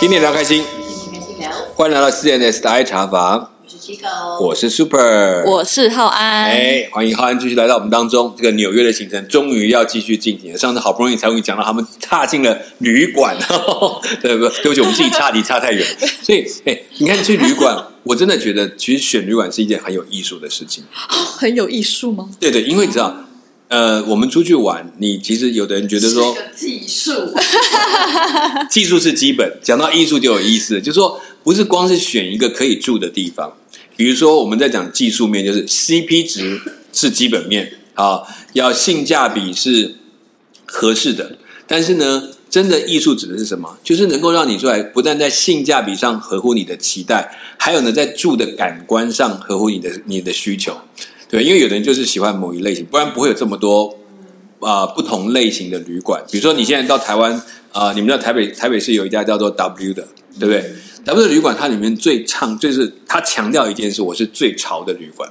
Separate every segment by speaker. Speaker 1: 今天聊开心，
Speaker 2: 今天开心聊，
Speaker 1: 欢迎来到 CNS 的爱茶房，
Speaker 2: 我是机构，
Speaker 1: 我是 Super，
Speaker 3: 我是浩安，
Speaker 1: 哎，欢迎浩安继续来到我们当中。这个纽约的行程终于要继续进行了。上次好不容易才终于讲到他们踏进了旅馆， 对不？对不起，我们自己差题差太远了。所以，哎，你看去旅馆，我真的觉得其实选旅馆是一件很有艺术的事情。
Speaker 3: 很有艺术吗？
Speaker 1: 对对，因为你知道，呃，我们出去玩，你其实有的人觉得说
Speaker 2: 是个技术，
Speaker 1: 技术是基本，讲到艺术就有意思，就是说不是光是选一个可以住的地方，比如说我们在讲技术面，就是 CP 值是基本面啊，要性价比是合适的，但是呢。真的艺术指的是什么？就是能够让你出来，不但在性价比上合乎你的期待，还有呢，在住的感官上合乎你的你的需求。对，因为有的人就是喜欢某一类型，不然不会有这么多啊、不同类型的旅馆。比如说你现在到台湾啊、你们知道台北台北市有一家叫做 W 的，对不对、w
Speaker 3: 嗯
Speaker 1: 的旅馆它里面最唱就是它强调一件事，我是最潮的旅馆。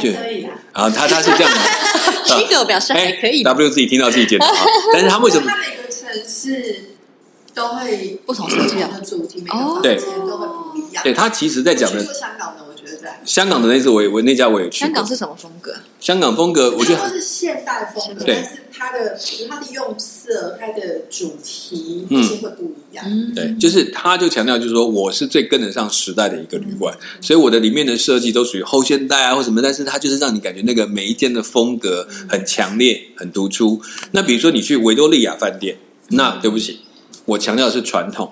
Speaker 1: 对
Speaker 2: 还可以啦。
Speaker 1: 啊，它它是这样 的。
Speaker 3: 机构表示还可以
Speaker 1: 呃哎、W 自己听到自己觉得 好，但是他为什么
Speaker 2: 它每个城市都会
Speaker 3: 不同设计啊
Speaker 2: 不同的主题，每个
Speaker 3: 哦
Speaker 2: 房间都会不一样。
Speaker 1: 对他其实在讲
Speaker 2: 我去
Speaker 1: 的
Speaker 2: 过香港的，我觉得在
Speaker 1: 香港的那次我也我那家我也去过
Speaker 3: 香港是什么风格？
Speaker 1: 香港风格，我觉得
Speaker 2: 它都是现代风格，
Speaker 1: 对
Speaker 2: 但是它的比如它的用色、它的主题
Speaker 1: 嗯
Speaker 2: 那些会不一样。
Speaker 3: 嗯，
Speaker 1: 对，就是他就强调，就是说我是最跟得上时代的一个旅馆，所以我的里面的设计都属于后现代啊或什么，但是它就是让你感觉那个每一间的风格很强烈、很突出。那比如说你去维多利亚饭店，那对不起，我强调的是传统。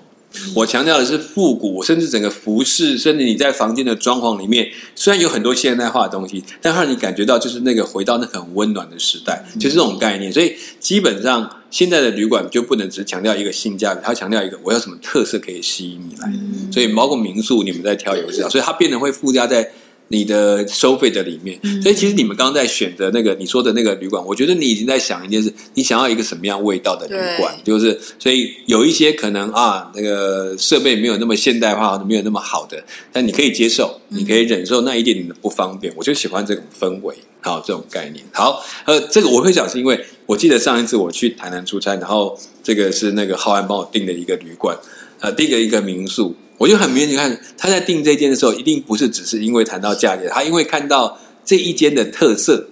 Speaker 1: 我强调的是复古，甚至整个服饰，甚至你在房间的装潢里面，虽然有很多现代化的东西，但让你感觉到就是那个回到那个很温暖的时代，就是这种概念。所以基本上现在的旅馆就不能只强调一个性价比，它强调一个我有什么特色可以吸引你来。所以包括民宿，你们在挑也是这样，所以它变得会附加在。你的收费的里面，所以其实你们刚刚在选择那个你说的那个旅馆，我觉得你已经在想一件事，你想要一个什么样味道的旅馆？就是所以有一些可能啊，那个设备没有那么现代化，没有那么好的，但你可以接受，你可以忍受那一点点的不方便。我就喜欢这种氛围，好这种概念。好，呃，这个我会讲是因为我记得上一次我去台南出差，然后这个是那个浩安帮我订的一个旅馆，呃，订了一个民宿。我就很明显地看他在订这间的时候，一定不是只是因为谈到价钱，他因为看到这一间的特色，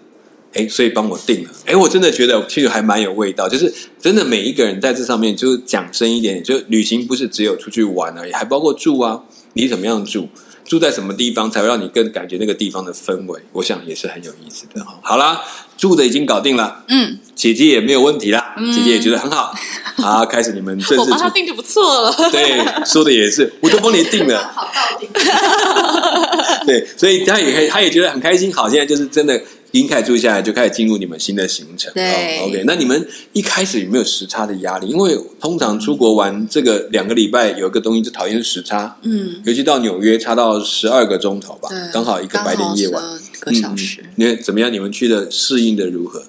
Speaker 1: 哎，所以帮我定了。哎，我真的觉得其实还蛮有味道，就是真的每一个人在这上面就是讲深一点点，就旅行不是只有出去玩而已，还包括住啊，你怎么样住，住在什么地方才会让你更感觉那个地方的氛围，我想也是很有意思的哈。好啦，住的已经搞定了，
Speaker 3: 嗯，
Speaker 1: 姐姐也没有问题啦，姐姐也觉得很 好。好，开始你们正
Speaker 3: 我
Speaker 1: 式
Speaker 3: 帮
Speaker 1: 出
Speaker 3: 他定就不错了。
Speaker 1: 对说的也是，我都帮你定了
Speaker 2: 刚。好到顶，
Speaker 1: 对，所以他也他也觉得很开心。好，现在就是真的，英凯住下来就开始进入你们新的行程。
Speaker 3: 对
Speaker 1: 哦、，OK。那你们一开始有没有时差的压力？因为通常出国玩这个两个礼拜，有一个东西就讨厌时差，
Speaker 3: 嗯，
Speaker 1: 尤其到纽约差到十二个钟头吧
Speaker 3: 对，，
Speaker 1: 刚好一个白天夜晚，
Speaker 3: 刚好12个小时
Speaker 1: 嗯。嗯。你看怎么样？你们去的适应的如何？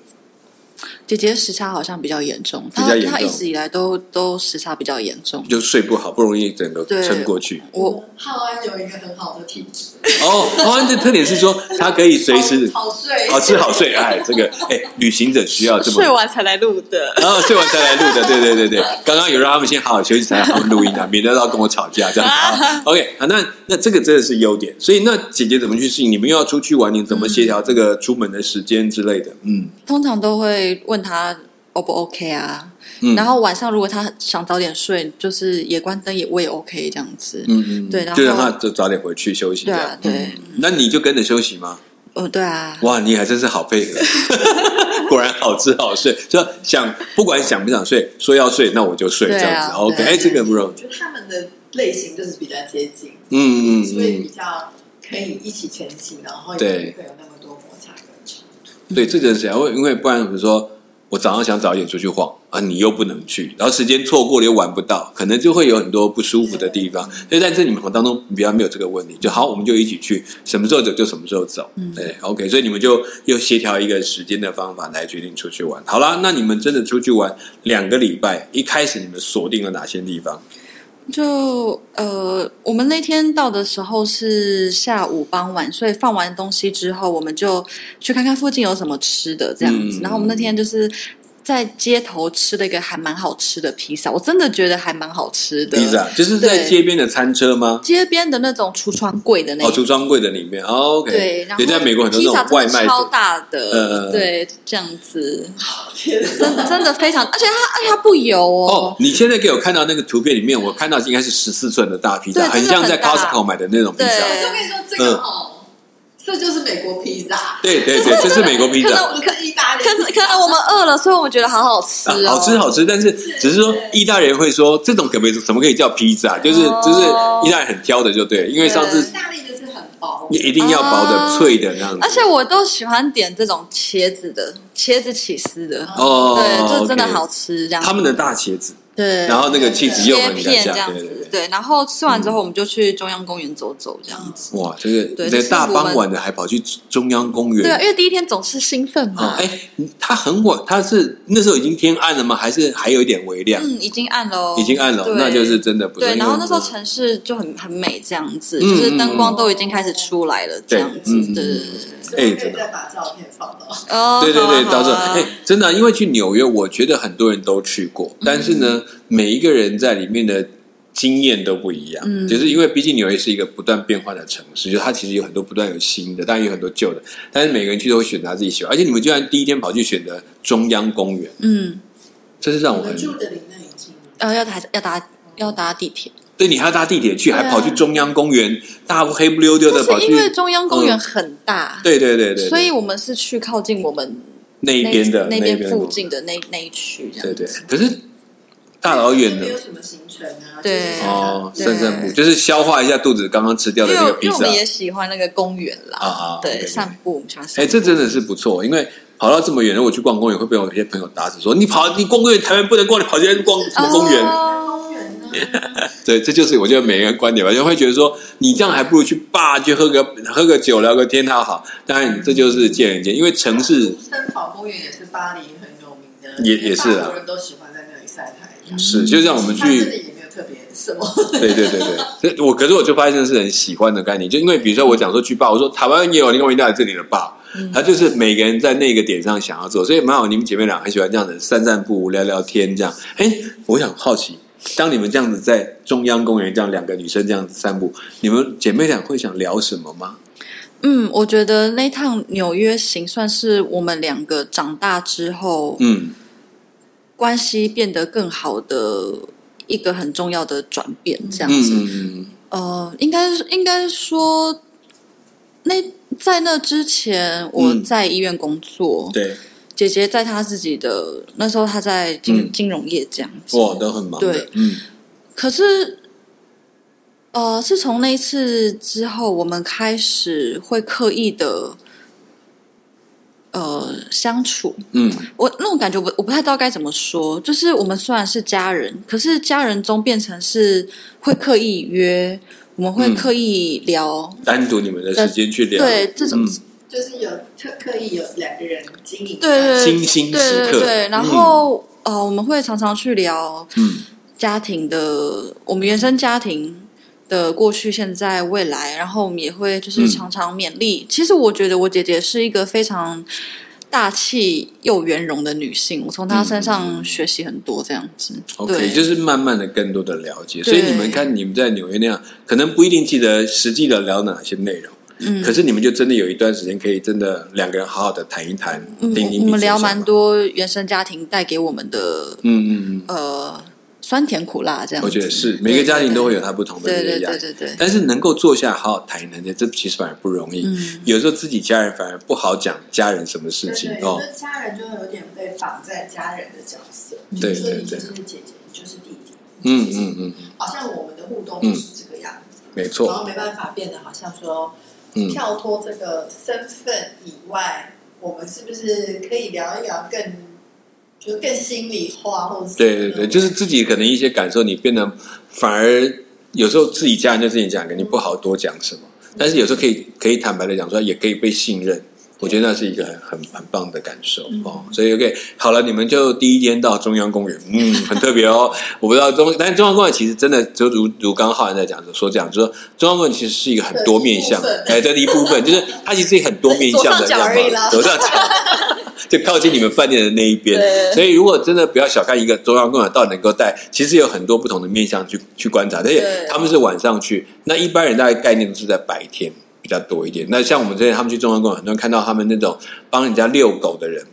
Speaker 3: 姐姐时差好像比较严重，
Speaker 1: 嗯比较
Speaker 3: 她
Speaker 1: 严重
Speaker 3: 她一直以来都都时差比较严重。
Speaker 1: 就睡不好，不容易整个
Speaker 3: 对
Speaker 1: 撑过去。
Speaker 3: 我
Speaker 2: 浩安有一个很好的体质，
Speaker 1: 哦，台湾的特点是说，它可以随时
Speaker 2: 好 好睡，
Speaker 1: 好吃好睡。哎，这个哎，旅行者需要这么
Speaker 3: 睡完才来录的，
Speaker 1: 然后睡完才来录的，对对对对，刚刚有让他们先好好休息，才让他们录音 啊，免得到跟我吵架这样子啊。OK，啊，那那这个真的是优点，所以那姐姐怎么去适应？你们又要出去玩，你怎么协调这个出门的时间之类的？嗯
Speaker 3: 通常都会问她 O 不 OK 啊。
Speaker 1: 嗯
Speaker 3: 然后晚上如果她想早点睡，就是也关灯也我也 OK 这样子。
Speaker 1: 嗯嗯，
Speaker 3: 对然后
Speaker 1: 就让她就早点回去休息这
Speaker 3: 对
Speaker 1: 样
Speaker 3: 啊。
Speaker 1: 嗯
Speaker 3: 对，
Speaker 1: 那你就跟着休息 吗？
Speaker 3: 哦对啊，
Speaker 1: 哇，你还真是好配合， 果然好吃好睡，就想不管想不想睡，说要睡那我就睡这
Speaker 3: 对啊
Speaker 1: 样子。OK，
Speaker 3: 对
Speaker 1: 哎，这个不容易
Speaker 2: 我，觉得他们的类型就是比较接近，
Speaker 1: 嗯嗯
Speaker 2: 所以
Speaker 1: 嗯
Speaker 2: 比，较可以一起前行，然后
Speaker 1: 对
Speaker 2: 也不会有那么多摩擦跟冲突。
Speaker 1: 对，这件事情，因为不然，比如说我早上想早一点出去晃啊，你又不能去，然后时间错过了又玩不到，可能就会有很多不舒服的地方。所以在这你们当中比较没有这个问题，就好，我们就一起去，什么时候走就什么时候走，
Speaker 3: 嗯
Speaker 1: 对，OK。所以你们就又协调一个时间的方法来决定出去玩。好啦，那你们真的出去玩两个礼拜，一开始你们锁定了哪些地方？
Speaker 3: 就呃，我们那天到的时候是下午傍晚，所以放完东西之后，我们就去看看附近有什么吃的这样子。
Speaker 1: 嗯
Speaker 3: 然后我们那天就是在街头吃了一个还蛮好吃的披萨，我真的觉得还蛮好吃的。
Speaker 1: 披萨就是在
Speaker 3: 对
Speaker 1: 街边的餐车吗？
Speaker 3: 街边的那种橱窗柜的那
Speaker 1: 哦，
Speaker 3: 种，
Speaker 1: 橱窗柜的里面。哦、OK，
Speaker 3: 对，然后
Speaker 1: 也在美国很多那
Speaker 3: 披萨
Speaker 1: 种外卖
Speaker 3: 真的超
Speaker 1: 的，
Speaker 3: 大
Speaker 1: 呃
Speaker 3: 的，对，这样子，
Speaker 2: 天哪，
Speaker 3: 真的真的非常，而且它而且它不油
Speaker 1: 哦
Speaker 3: 哦，，
Speaker 1: 你现在给我看到那个图片里面，我看到应该是十四寸的大披萨，
Speaker 3: 对
Speaker 1: 很
Speaker 3: 真的
Speaker 1: 像
Speaker 3: 很
Speaker 1: 在
Speaker 3: 大
Speaker 1: Costco 买的那种披萨。
Speaker 2: 我跟你说这个哦，这就是美国披萨，
Speaker 1: 对对对，这是美国披
Speaker 3: 可
Speaker 1: 萨
Speaker 3: 能，
Speaker 2: 不是意大利
Speaker 3: 可。能可能我们饿了，所以我们觉得好好吃
Speaker 1: 啊
Speaker 3: 哦，
Speaker 1: 好吃好吃。但是只是说
Speaker 2: 对
Speaker 1: 意大利人会说这种可不可以怎么可以叫披萨？就是
Speaker 3: 哦
Speaker 1: 就是意大利很挑的就对了，因为上次
Speaker 2: 意大利的是很薄，
Speaker 1: 一定要薄的
Speaker 3: 哦
Speaker 1: 脆的那样子
Speaker 3: 而。且我都喜欢点这种茄子的茄子起司的，
Speaker 1: 哦，
Speaker 3: 对，就真的
Speaker 1: OK
Speaker 3: 好吃。这样
Speaker 1: 他们的大茄子，
Speaker 3: 对，
Speaker 1: 然后那个气质又
Speaker 3: 切
Speaker 1: 很敢
Speaker 3: 片
Speaker 1: 下
Speaker 3: 这，样
Speaker 1: 对对嗯
Speaker 3: 子，对，然后吃完之后我们就去中央公园走走这样子。
Speaker 1: 对，哇，这个
Speaker 3: 对
Speaker 1: 在
Speaker 3: 这是
Speaker 1: 大
Speaker 3: 我
Speaker 1: 傍
Speaker 3: 们
Speaker 1: 晚的还跑去中央公园
Speaker 3: 对，啊，因为第一天总是兴奋
Speaker 1: 啊
Speaker 3: 嘛，，
Speaker 1: 哎，他很晚，他是那时候已经天暗了吗？还是还有一点微亮？
Speaker 3: 嗯，已经暗了哦，
Speaker 1: 已经暗了，
Speaker 3: 对
Speaker 1: 那就是真的不错
Speaker 3: 对，然后那时候
Speaker 1: 因为
Speaker 3: 城市就很很美，这样子，
Speaker 1: 嗯
Speaker 3: 就是灯光都已经开始出来了，这样子
Speaker 1: 嗯嗯嗯，
Speaker 3: 对对
Speaker 2: 就
Speaker 1: 哎
Speaker 2: 是可
Speaker 1: 真
Speaker 2: 以
Speaker 1: 的
Speaker 2: 再把照片放到。
Speaker 3: 对。哦
Speaker 1: 对对
Speaker 3: 好啊
Speaker 1: 对，
Speaker 3: 好啊
Speaker 1: 到时候哎，真的啊、因为去纽约，我觉得很多人都去过，
Speaker 3: 嗯
Speaker 1: 但是呢，每一个人在里面的经验都不一样。
Speaker 3: 嗯
Speaker 1: 就是因为毕竟纽约是一个不断变换的城市，就是它其实有很多不断有新的，当然也有很多旧的，但是每个人去都会选择他自己喜欢。而且你们居然第一天跑去选择中央公园，
Speaker 3: 嗯，
Speaker 1: 这是让
Speaker 2: 我
Speaker 1: 我很
Speaker 2: 们住的离那已经
Speaker 3: 然后要搭要搭要搭地铁，
Speaker 1: 对你还要搭地铁去，还
Speaker 3: 对啊
Speaker 1: 跑去中央公园，大黑不溜丢的
Speaker 3: 但
Speaker 1: 跑
Speaker 3: 是
Speaker 1: 去
Speaker 3: 因。为中央公园
Speaker 1: 嗯
Speaker 3: 很大，
Speaker 1: 对对对对对，
Speaker 3: 所以我们是去靠近我们
Speaker 1: 那一
Speaker 3: 那
Speaker 1: 边的
Speaker 3: 那
Speaker 1: 边
Speaker 3: 边
Speaker 1: 的
Speaker 3: 附
Speaker 1: 公园
Speaker 3: 近的那那一区，这样
Speaker 1: 对对，可是大老远的
Speaker 2: 没有什么行程啊，就
Speaker 3: 对
Speaker 2: 是想想
Speaker 1: 哦，
Speaker 3: 对
Speaker 1: 散散步就是消化一下肚子刚刚吃掉
Speaker 3: 因
Speaker 1: 的
Speaker 3: 为
Speaker 1: 那个
Speaker 3: 我
Speaker 1: 披
Speaker 3: 因为我
Speaker 1: 萨
Speaker 3: 们。也喜欢那个公园啦，
Speaker 1: 啊啊
Speaker 3: 对，
Speaker 1: 对
Speaker 3: 散步我们喜欢散步。
Speaker 1: 哎，这真的是不错，因为跑到这么远，如果去逛公园，会被我一些朋友打死说你跑你逛公园，台湾不能逛，你跑去逛什么公园？
Speaker 3: 哦
Speaker 2: 公园啊呢，
Speaker 1: 对，这就是我觉得每个人观点吧，就会觉得说你这样还不如去吧，去喝个喝个酒，聊个天还好。当然，这就是见仁见，因为城市
Speaker 2: 森堡公园也是巴黎很有名的，
Speaker 1: 也也是啊
Speaker 2: 法国人都喜欢在那里晒太阳。
Speaker 1: 是就像我们
Speaker 2: 它这
Speaker 1: 去
Speaker 2: 里也没有特别什么，
Speaker 1: 对对对对，所以我可是我就发现这是很喜欢的概念，就因为比如说我讲说去爸，我说台湾也有另外一大这里的爸，他就是每个人在那个点上想要做，所以蛮好。你们姐妹俩很喜欢这样子散散步、聊聊天这样。哎，我想好奇，当你们这样子在中央公园这样两个女生这样子散步，你们姐妹俩会想聊什么吗？
Speaker 3: 嗯，我觉得那趟纽约行算是我们两个长大之后、
Speaker 1: 嗯，
Speaker 3: 关系变得更好的一个很重要的转变，这样子。
Speaker 1: 嗯嗯
Speaker 3: 呃，应该是应该说，那在那之前我
Speaker 1: 嗯
Speaker 3: 在医院工作，
Speaker 1: 嗯，对，
Speaker 3: 姐姐在她自己的那时候她在金、
Speaker 1: 嗯
Speaker 3: 金融业这样子。
Speaker 1: 哇，都很忙的，
Speaker 3: 对
Speaker 1: 嗯
Speaker 3: 可是，呃，自从那一次之后，我们开始会刻意的，呃，相处。
Speaker 1: 嗯
Speaker 3: 我那种感觉我，我不太知道该怎么说。就是我们虽然是家人，可是家人中变成是会刻意约，我们会
Speaker 1: 嗯
Speaker 3: 刻意聊，
Speaker 1: 单独你们的时间去聊，
Speaker 3: 对这种
Speaker 1: 嗯
Speaker 2: 就是有特刻意有两个人经营，
Speaker 3: 对对
Speaker 1: 精心时
Speaker 3: 对
Speaker 1: 刻，
Speaker 3: 对对。然后，呃，我们会常常去聊
Speaker 1: 嗯
Speaker 3: 家庭的，我们原生家庭的过去、现在、未来，然后我们也会就是
Speaker 1: 嗯
Speaker 3: 常常勉励。其实我觉得我姐姐是一个非常大气又圆融的女性，我从她身上学习很多这样子。
Speaker 1: 嗯 OK，
Speaker 3: 对，
Speaker 1: 就是慢慢的更多的了解，所
Speaker 3: 对
Speaker 1: 以你们看你们在纽约那样，可能不一定记得实际的聊哪些内容，
Speaker 3: 嗯
Speaker 1: 可是你们就真的有一段时间可以真的两个人好好的谈一谈，
Speaker 3: 嗯
Speaker 1: 听听
Speaker 3: 我
Speaker 1: 彼此
Speaker 3: 们
Speaker 1: 的
Speaker 3: 聊
Speaker 1: 想法
Speaker 3: 蛮，多原生家庭带给我们的
Speaker 1: 嗯嗯
Speaker 3: 呃酸甜苦辣这
Speaker 1: 嗯，
Speaker 3: 样子。
Speaker 1: 我觉得是每个家庭都会
Speaker 3: 有。
Speaker 1: 有它不同的
Speaker 3: 对
Speaker 1: 这
Speaker 3: 对
Speaker 1: 个压
Speaker 3: 对
Speaker 1: 力，
Speaker 3: 对对，
Speaker 1: 但是能够坐下好好谈一谈的，这其实反而不容易，
Speaker 3: 嗯
Speaker 1: 有时候自己家人反而不好讲家人什么事
Speaker 2: 对
Speaker 1: 情
Speaker 2: 对，
Speaker 1: 哦
Speaker 2: 就是，家人就有点被绑在家人的角色，
Speaker 1: 嗯对
Speaker 2: 所以你
Speaker 1: 对
Speaker 2: 就
Speaker 1: 对
Speaker 2: 是姐姐，你就是弟弟，
Speaker 1: 嗯
Speaker 2: 你就是
Speaker 1: 嗯嗯，嗯
Speaker 2: 好像我们的互动就是这个样子，
Speaker 1: 没嗯
Speaker 2: 然
Speaker 1: 错，
Speaker 2: 后没办法变得好像说
Speaker 1: 嗯
Speaker 2: 跳脱这个身份以外，我们是不是可以聊一聊更就是更心里话，或者是
Speaker 1: 对对对，就是自己可能一些感受，你变得反而有时候自己家人就自己讲，肯定不好多讲什么。但是有时候可以可以坦白的讲出来，也可以被信任。我觉得那是一个很很很棒的感受、
Speaker 3: 嗯
Speaker 1: 哦，所以 OK 好了，你们就第一天到中央公园，嗯，很特别哦。我不知道中，但是中央公园其实真的就如如刚浩然在讲的说讲，就是说中央公园其实是一个很多面向
Speaker 2: 的一部，分
Speaker 1: 哎，这是一部分，就是它其实是很多面向的
Speaker 3: 左上角而已啦
Speaker 1: 样貌左上角，就靠近你们饭店的那一边
Speaker 3: 对。
Speaker 1: 所以，如果真的不要小看一个中央公园到底能够带，其实有很多不同的面向去去观察，而且
Speaker 3: 对
Speaker 1: 他们是晚上去，那一般人大概概念都是在白天比较多一点。那像我们之前他们去中央公园，很多人看到他们那种帮人家遛狗的人。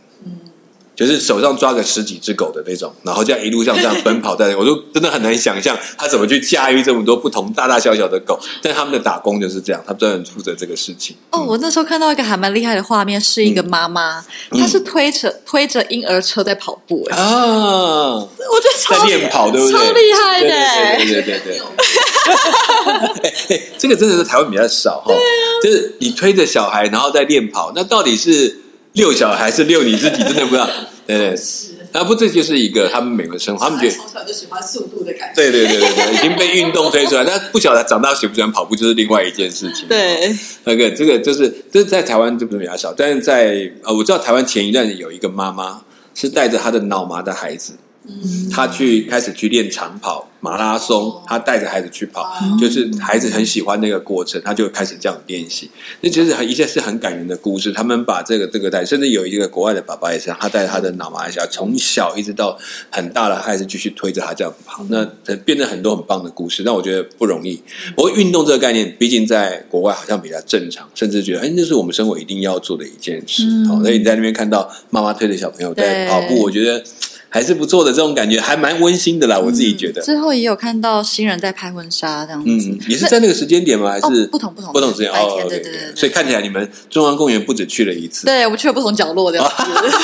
Speaker 1: 就是手上抓个十几只狗的那种，然后这样一路上这样奔跑在， 我就真的很难想象他怎么去驾驭这么多不同大大小小的狗。但他们的打工就是这样，他们专门负责这个事情。
Speaker 3: 哦，我那时候看到一个还蛮厉害的画面，是
Speaker 1: 嗯
Speaker 3: 一个妈妈，她是推着推着婴儿车在跑步，哎，
Speaker 1: 啊，
Speaker 3: 我觉得超
Speaker 1: 在练跑对不对
Speaker 3: 超厉害
Speaker 1: 对
Speaker 3: 的，
Speaker 1: 对对
Speaker 3: 哎
Speaker 1: 对对对对， 这个真的是台湾比较少哈。就是你推着小孩，然后再练跑，那到底是遛小孩还是遛你自己，真的不知 道。对对，
Speaker 2: 是，
Speaker 1: 那不这就是一个他们美国生活，他们觉得
Speaker 2: 从小就喜欢速度的感觉。
Speaker 1: 对对对对对，已经被运动推出来，但不晓得长大喜不喜欢跑步就是另外一件事情。，
Speaker 3: 对，
Speaker 1: 那个这个就是这是在台湾这边比较少，但是在呃，我知道台湾前一段有一个妈妈是带着她的脑麻的孩子，
Speaker 2: 嗯，
Speaker 1: 她去开始去练长跑、马拉松
Speaker 2: 哦，
Speaker 1: 她带着孩子去跑，
Speaker 2: 哦
Speaker 1: 就是孩子很喜欢那个过程，她就开始这样练习。那其实很一切是很感人的故事，他们把这个这个带，甚至有一个国外的爸爸也是，他带他的脑麻小孩从小一直到很大了，他还是继续推着他这样跑，那变得很多很棒的故事。那我觉得不容易，不过运动这个概念，毕竟在国外好像比较正常，甚至觉得哎，那是我们生活一定要做的一件事。
Speaker 3: 嗯
Speaker 1: 好、所以你在那边看到妈妈推着小朋友在
Speaker 3: 对
Speaker 1: 跑步，我觉得还是不错的，这种感觉还蛮温馨的啦，我自己觉得。
Speaker 3: 之后也有看到新人在拍婚纱嗯这样
Speaker 1: 嗯
Speaker 3: 子，，
Speaker 1: 也是在那个时间点吗？还是、
Speaker 3: 哦不同不同
Speaker 1: 不同时间？
Speaker 3: 白
Speaker 1: 哦
Speaker 3: 天，
Speaker 1: 对
Speaker 3: 对对对对
Speaker 1: 所以看起来你们中央公园不止去了一次，
Speaker 3: 对我们去了不同角落这样子，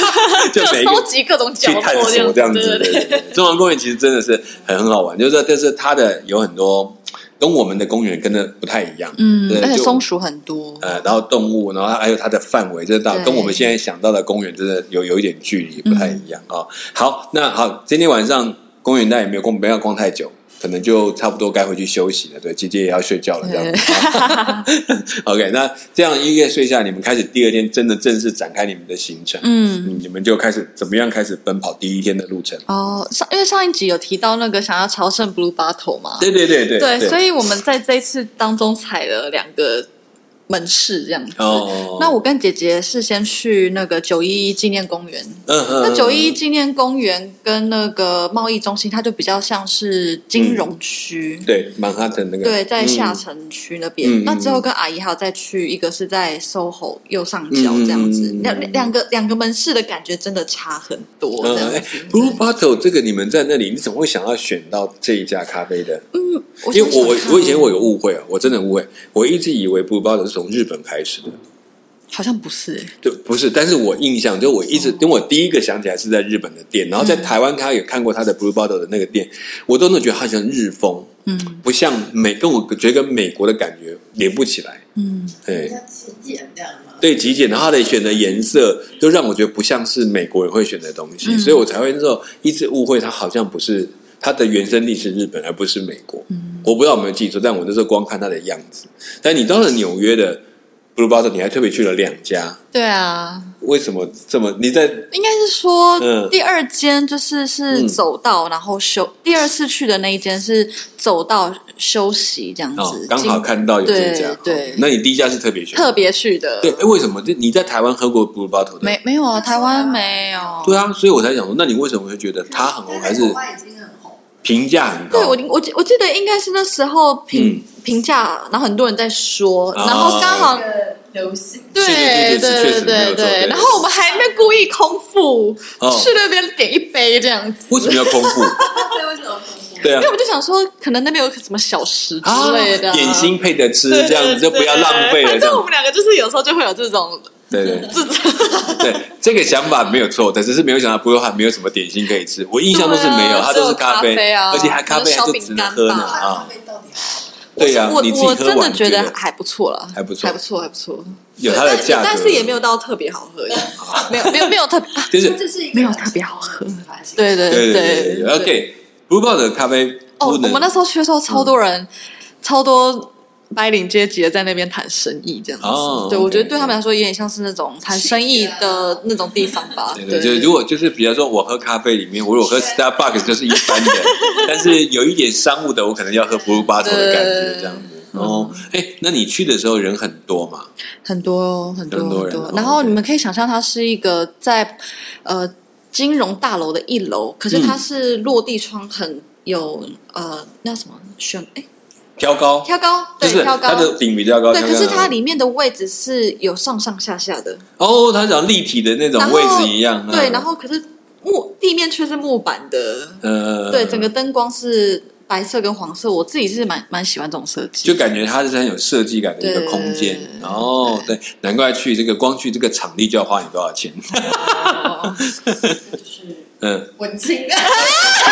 Speaker 1: 就啊每一个
Speaker 3: 收集各种角
Speaker 1: 去探
Speaker 3: 落
Speaker 1: 索这样
Speaker 3: 子，
Speaker 1: 子。
Speaker 3: 对
Speaker 1: 对
Speaker 3: 对对
Speaker 1: 对对，中央公园其实真的是很很好玩，就是说，但是它的有很多跟我们的公园真的不太一样。
Speaker 3: 嗯
Speaker 1: 对，
Speaker 3: 而且
Speaker 1: 就
Speaker 3: 松鼠很多，
Speaker 1: 呃，然后动物，然后还有它的范围，这到
Speaker 3: 对嗯
Speaker 1: 跟我们现在想到的公园真的有有一点距离，不太一样啊、哦。好，那好，今天晚上公园大也没有逛，没有逛太久，可能就差不多该回去休息了。对，姐姐也要睡觉了，这样子。OK，那这样一个月睡下，你们开始第二天真的正式展开你们的行程，
Speaker 3: 嗯。
Speaker 1: 嗯，你们就开始怎么样开始奔跑第一天的路程？
Speaker 3: 哦，上因为上一集有提到那个想要朝圣 Blue Bottle 嘛，
Speaker 1: 对对对对
Speaker 3: 所以我们在这一次当中踩了两个门市这样子。
Speaker 1: 哦，
Speaker 3: 那我跟姐姐是先去那个九一一纪念公园，
Speaker 1: 嗯嗯，
Speaker 3: 那
Speaker 1: 嗯
Speaker 3: 九一一纪念公园跟那个贸易中心，它就比较像是金融区。
Speaker 1: 嗯对曼哈顿那个
Speaker 3: 对，在下
Speaker 1: 嗯
Speaker 3: 城区那边。
Speaker 1: 嗯嗯
Speaker 3: 那之后跟阿姨还有再去一个是在 SOHO 右上角这样子，
Speaker 1: 嗯嗯嗯嗯
Speaker 3: 两两个两个门市的感觉真的差很多。这样
Speaker 1: 嗯，
Speaker 3: 子
Speaker 1: 哎，Blue Bottle 这个你们在那里，你怎么会想要选到这一家咖啡的？
Speaker 3: 我
Speaker 1: 因为我
Speaker 3: 想
Speaker 1: 我
Speaker 3: 想看
Speaker 1: 我以前我有误会啊，我真的误会，我一直以为 Blue Bottle 是从日本开始的，
Speaker 3: 好像不是、欸，
Speaker 1: 对，不是。但是我印象就我一
Speaker 3: 哦
Speaker 1: 直，因为我第一个想起来是在日本的店，然后在
Speaker 3: 嗯
Speaker 1: 台湾他也看过他的 Blue Bottle 的那个店，我都能觉得它像日风，
Speaker 3: 嗯
Speaker 1: 不像美，跟我觉得跟美国的感觉连不起来，
Speaker 3: 嗯，
Speaker 1: 对。
Speaker 2: 像体检这样吗？
Speaker 1: 对极简，然后他的选的颜色就让我觉得不像是美国人会选的东西，
Speaker 3: 嗯
Speaker 1: 所以我才会那时候一直误会它好像不是它的原生地是日本，而不是美国。
Speaker 3: 嗯
Speaker 1: 我不知道有没有记错，但我那时候光看它的样子。但你到了纽约的 Blue Bottle，你还特别去了两家，
Speaker 3: 对啊，
Speaker 1: 为什么这么？你在
Speaker 3: 应该是说、
Speaker 1: 嗯
Speaker 3: 第二间就是是
Speaker 1: 嗯
Speaker 3: 走道，然后休第二次去的那一间是走道休息这样
Speaker 1: 哦
Speaker 3: 子，，
Speaker 1: 刚好
Speaker 3: 进
Speaker 1: 看到有这家，哦
Speaker 3: 对对
Speaker 1: 那你第一家是特别选的，
Speaker 3: 特别去的，
Speaker 1: 对，哎，为什么？这你在台湾喝过 Blue Bottle 的？
Speaker 3: 没没有啊，台湾没有，
Speaker 1: 对啊，所以我才想说，那你为什么会觉得它很红，还
Speaker 2: 但
Speaker 1: 是
Speaker 2: 在国外已经很红，
Speaker 1: 评价很高？
Speaker 3: 对我我记我记得应该是那时候评、
Speaker 1: 嗯
Speaker 3: 评价，然后很多人在说，
Speaker 1: 啊
Speaker 3: 然后刚
Speaker 2: 那
Speaker 3: 好。
Speaker 2: 个流行。
Speaker 3: 对
Speaker 1: 对对
Speaker 3: 对
Speaker 1: 对确实
Speaker 3: 对
Speaker 1: 没有
Speaker 3: 对
Speaker 1: 错对
Speaker 3: 然后我们还没故意空腹、
Speaker 1: 哦
Speaker 3: 去那边点一杯这样子，
Speaker 1: 为什么要空腹？
Speaker 2: 对，为什么红？
Speaker 1: 对啊
Speaker 3: 因为，我就想说，可能那边有什么小食之
Speaker 1: 啊
Speaker 3: 类的啊、
Speaker 1: 点心配着吃，
Speaker 3: 对对
Speaker 1: 这样子就不要浪费了。
Speaker 3: 反
Speaker 1: 这
Speaker 3: 正我
Speaker 1: 样
Speaker 3: 们两个就是有时候就会有这种
Speaker 1: 对对
Speaker 3: 这种，
Speaker 1: 对， 这个想法没有错，但只是没有想到不用还没有什么点心可以吃。我印象都是没有，
Speaker 3: 对啊
Speaker 1: 它都是
Speaker 3: 只有咖啡啊
Speaker 1: 而且还咖啡还就只能喝呢
Speaker 3: 还有小饼干吧
Speaker 2: 咖
Speaker 1: 啊。
Speaker 2: 啡到底
Speaker 1: 对呀，
Speaker 3: 我
Speaker 1: 你自己
Speaker 3: 我
Speaker 1: 喝
Speaker 3: 真的
Speaker 1: 完
Speaker 3: 觉
Speaker 1: 得
Speaker 3: 得还不错了，
Speaker 1: 还不错
Speaker 3: 还不错，还不错。
Speaker 1: 有它的
Speaker 3: 但
Speaker 1: 价格，
Speaker 3: 但是也没有到特别好喝，没有没有没有特别，
Speaker 1: 就是
Speaker 2: 它就是一个
Speaker 3: 没有特别好喝
Speaker 2: 发现
Speaker 3: 对对
Speaker 1: 对对
Speaker 3: 对
Speaker 1: 对。OK，不报的咖啡
Speaker 3: 哦，我
Speaker 1: 不能嗯
Speaker 3: 们那时候去的时候，超多人，超多白领阶级的在那边谈生意这样子。
Speaker 1: 哦
Speaker 3: 对，
Speaker 1: OK，
Speaker 3: 我觉得对他们来说有点像是那种谈生意的那种地方吧。
Speaker 1: 对对，
Speaker 3: 对，
Speaker 1: 就是如果就是比方说，我喝咖啡里面，我如果喝 Starbucks 就是一般的，但是有一点商务的，我可能要喝 Blue Bottle 的感觉
Speaker 3: 对
Speaker 1: 这样子。哦，哎、那你去的时候人很多嘛？
Speaker 3: 很多很多
Speaker 1: 很多人哦
Speaker 3: 多。然后你们可以想象，它是一个在呃金融大楼的一楼，可是它
Speaker 1: 嗯
Speaker 3: 是落地窗很有呃那什么选哎
Speaker 1: 挑高，
Speaker 3: 挑高
Speaker 1: 哦就
Speaker 3: 对
Speaker 1: 是
Speaker 3: 挑
Speaker 1: 它
Speaker 3: 高
Speaker 1: 的顶比较高。
Speaker 3: 对，
Speaker 1: 挑
Speaker 3: 可
Speaker 1: 高
Speaker 3: 是它里面的位置是有上上下下的，
Speaker 1: 哦，它像立体的那种
Speaker 3: 然后
Speaker 1: 位置一样。
Speaker 3: 对，
Speaker 1: 嗯
Speaker 3: 然后可是木地面却是木板的，
Speaker 1: 呃，
Speaker 3: 对，整个灯光是白色跟黄色，我自己是蛮蛮喜欢这种设计，
Speaker 1: 就感觉它是很有设计感的一个
Speaker 3: 对
Speaker 1: 空间
Speaker 3: 对对。对
Speaker 1: 哦，对，难怪去这个光去这个场地就要花你多少钱。
Speaker 3: 哦
Speaker 2: 就是
Speaker 1: 嗯，
Speaker 2: 文青，
Speaker 1: 文青，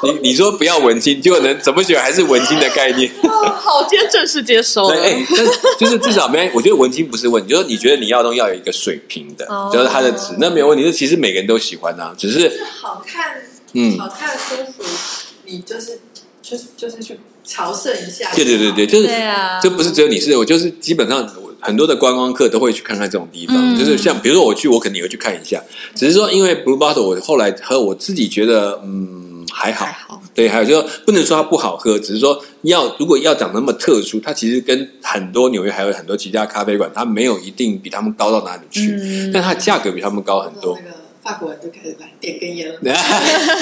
Speaker 1: 对你你说不要文青，结果呢，怎么选还是文青的概 念。
Speaker 3: 哦好，今天正式接收了
Speaker 1: 对，，哎、但是就是至少没，我觉得文青不是问题，就是你觉得你要的东西要有一个水平的，
Speaker 3: 哦
Speaker 1: 就是它的值，那没有问题。就其实每个人都喜欢啊，只是
Speaker 2: 就是好看，
Speaker 1: 嗯
Speaker 2: 好看舒服，你就是就是就是去朝圣一下。
Speaker 1: 对对对对，，就是
Speaker 3: 对啊，
Speaker 1: 这不是只有你是，我就是基本上我很多的观光客都会去看看这种地方，
Speaker 3: 嗯
Speaker 1: 就是像比如说我去，我肯定也会去看一下。只是说因为 Blue Bottle，我后来喝，我自己觉得嗯还好
Speaker 3: 还。好，
Speaker 1: 对，还有就是说不能说它不好喝，只是说要如果要讲那么特殊，它其实跟很多纽约还有很多其他咖啡馆，它没有一定比他们高到哪里去，
Speaker 3: 嗯
Speaker 1: 但它的价格比他们高很多。
Speaker 2: 那个法国人就开始来点根烟了。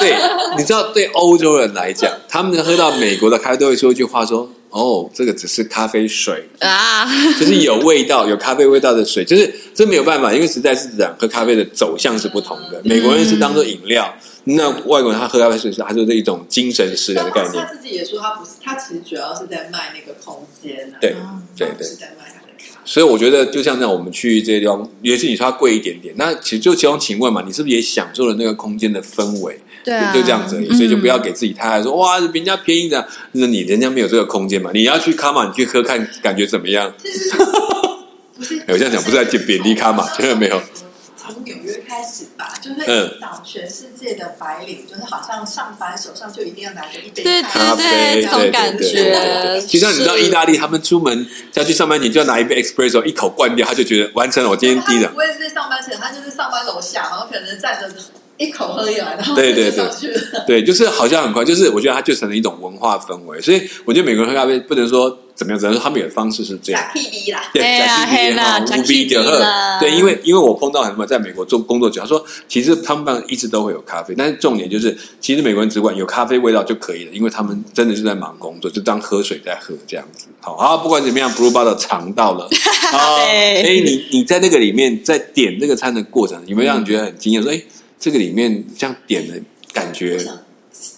Speaker 1: 对，你知道，对欧洲人来讲，他们喝到美国的咖啡都会说一句话说：“哦，这个只是咖啡水，
Speaker 3: 啊，
Speaker 1: 就是有味道、有咖啡味道的水。”就是这没有办法，因为实在是讲喝咖啡的走向是不同的。美国人是当做饮料，那外国人他喝咖啡水是他就是一种精神食粮的概
Speaker 2: 他
Speaker 1: 念。
Speaker 2: 自己也说，他不是，他其实主要是在卖那个空间、啊，
Speaker 1: 对
Speaker 3: 嗯
Speaker 1: 对
Speaker 2: 他不
Speaker 1: 对。
Speaker 2: 是在卖他的咖啡。
Speaker 1: 所以我觉得，就像那我们去这些地方，尤其你说它贵一点点，那其实就其中请问嘛，你是不是也享受了那个空间的氛围？
Speaker 3: 对啊，
Speaker 1: 就就这样子而已，
Speaker 3: 嗯
Speaker 1: 所以就不要给自己太爱说、哇，人家便宜的，那你人家没有这个空间嘛，你要去卡玛，你去喝看感觉怎么样？
Speaker 2: 其实不是，
Speaker 1: 哎我这样讲不是在贬贬低咖嘛真的没有。
Speaker 2: 从纽约开始吧，就是
Speaker 1: 嗯
Speaker 2: 引导全世界的白领，就是好像上班手上就一定要拿着一杯
Speaker 3: 对
Speaker 2: 咖
Speaker 1: 咖
Speaker 3: 对
Speaker 2: 啡
Speaker 1: 啡
Speaker 3: 对，这种感
Speaker 1: 对对对
Speaker 3: 觉，
Speaker 1: 就像你知道
Speaker 3: 是
Speaker 1: 意大利，他们出门要去上班前就要拿一杯 espresso 一口灌掉，他就觉得完成了，我今天第一
Speaker 2: 他
Speaker 1: 了。
Speaker 2: 不会是在上班前，他就是上班楼下，然后可能站着一口喝一碗，然后
Speaker 1: 对对对
Speaker 2: 就上去了。
Speaker 1: 对，就是好像很快，就是我觉得它就成了一种文化氛围，所以我觉得美国人喝咖啡不能说怎么样，只能说他们有的方式是这样。
Speaker 2: 假 P B 啦，
Speaker 1: 对，
Speaker 3: 嘿啦
Speaker 1: 假期
Speaker 3: 哎嘿啦
Speaker 1: 啊无比
Speaker 3: 假
Speaker 1: 的
Speaker 3: 期啦
Speaker 1: 对，因为因为我碰到很多在美国做工作者，他说其实他们办一直都会有咖啡，但是重点就是，其实美国人只管有咖啡味道就可以了，因为他们真的是在忙工作，就当喝水在喝这样子。好，好，不管怎么样，Blue Bottle 尝到 了。好，哎、
Speaker 3: 对
Speaker 1: 你你在那个里面在点那个餐的过程，有没有让你觉得很惊艳？说，哎、这个里面这样点的感
Speaker 2: 我
Speaker 3: 嗯
Speaker 1: 觉，
Speaker 2: 想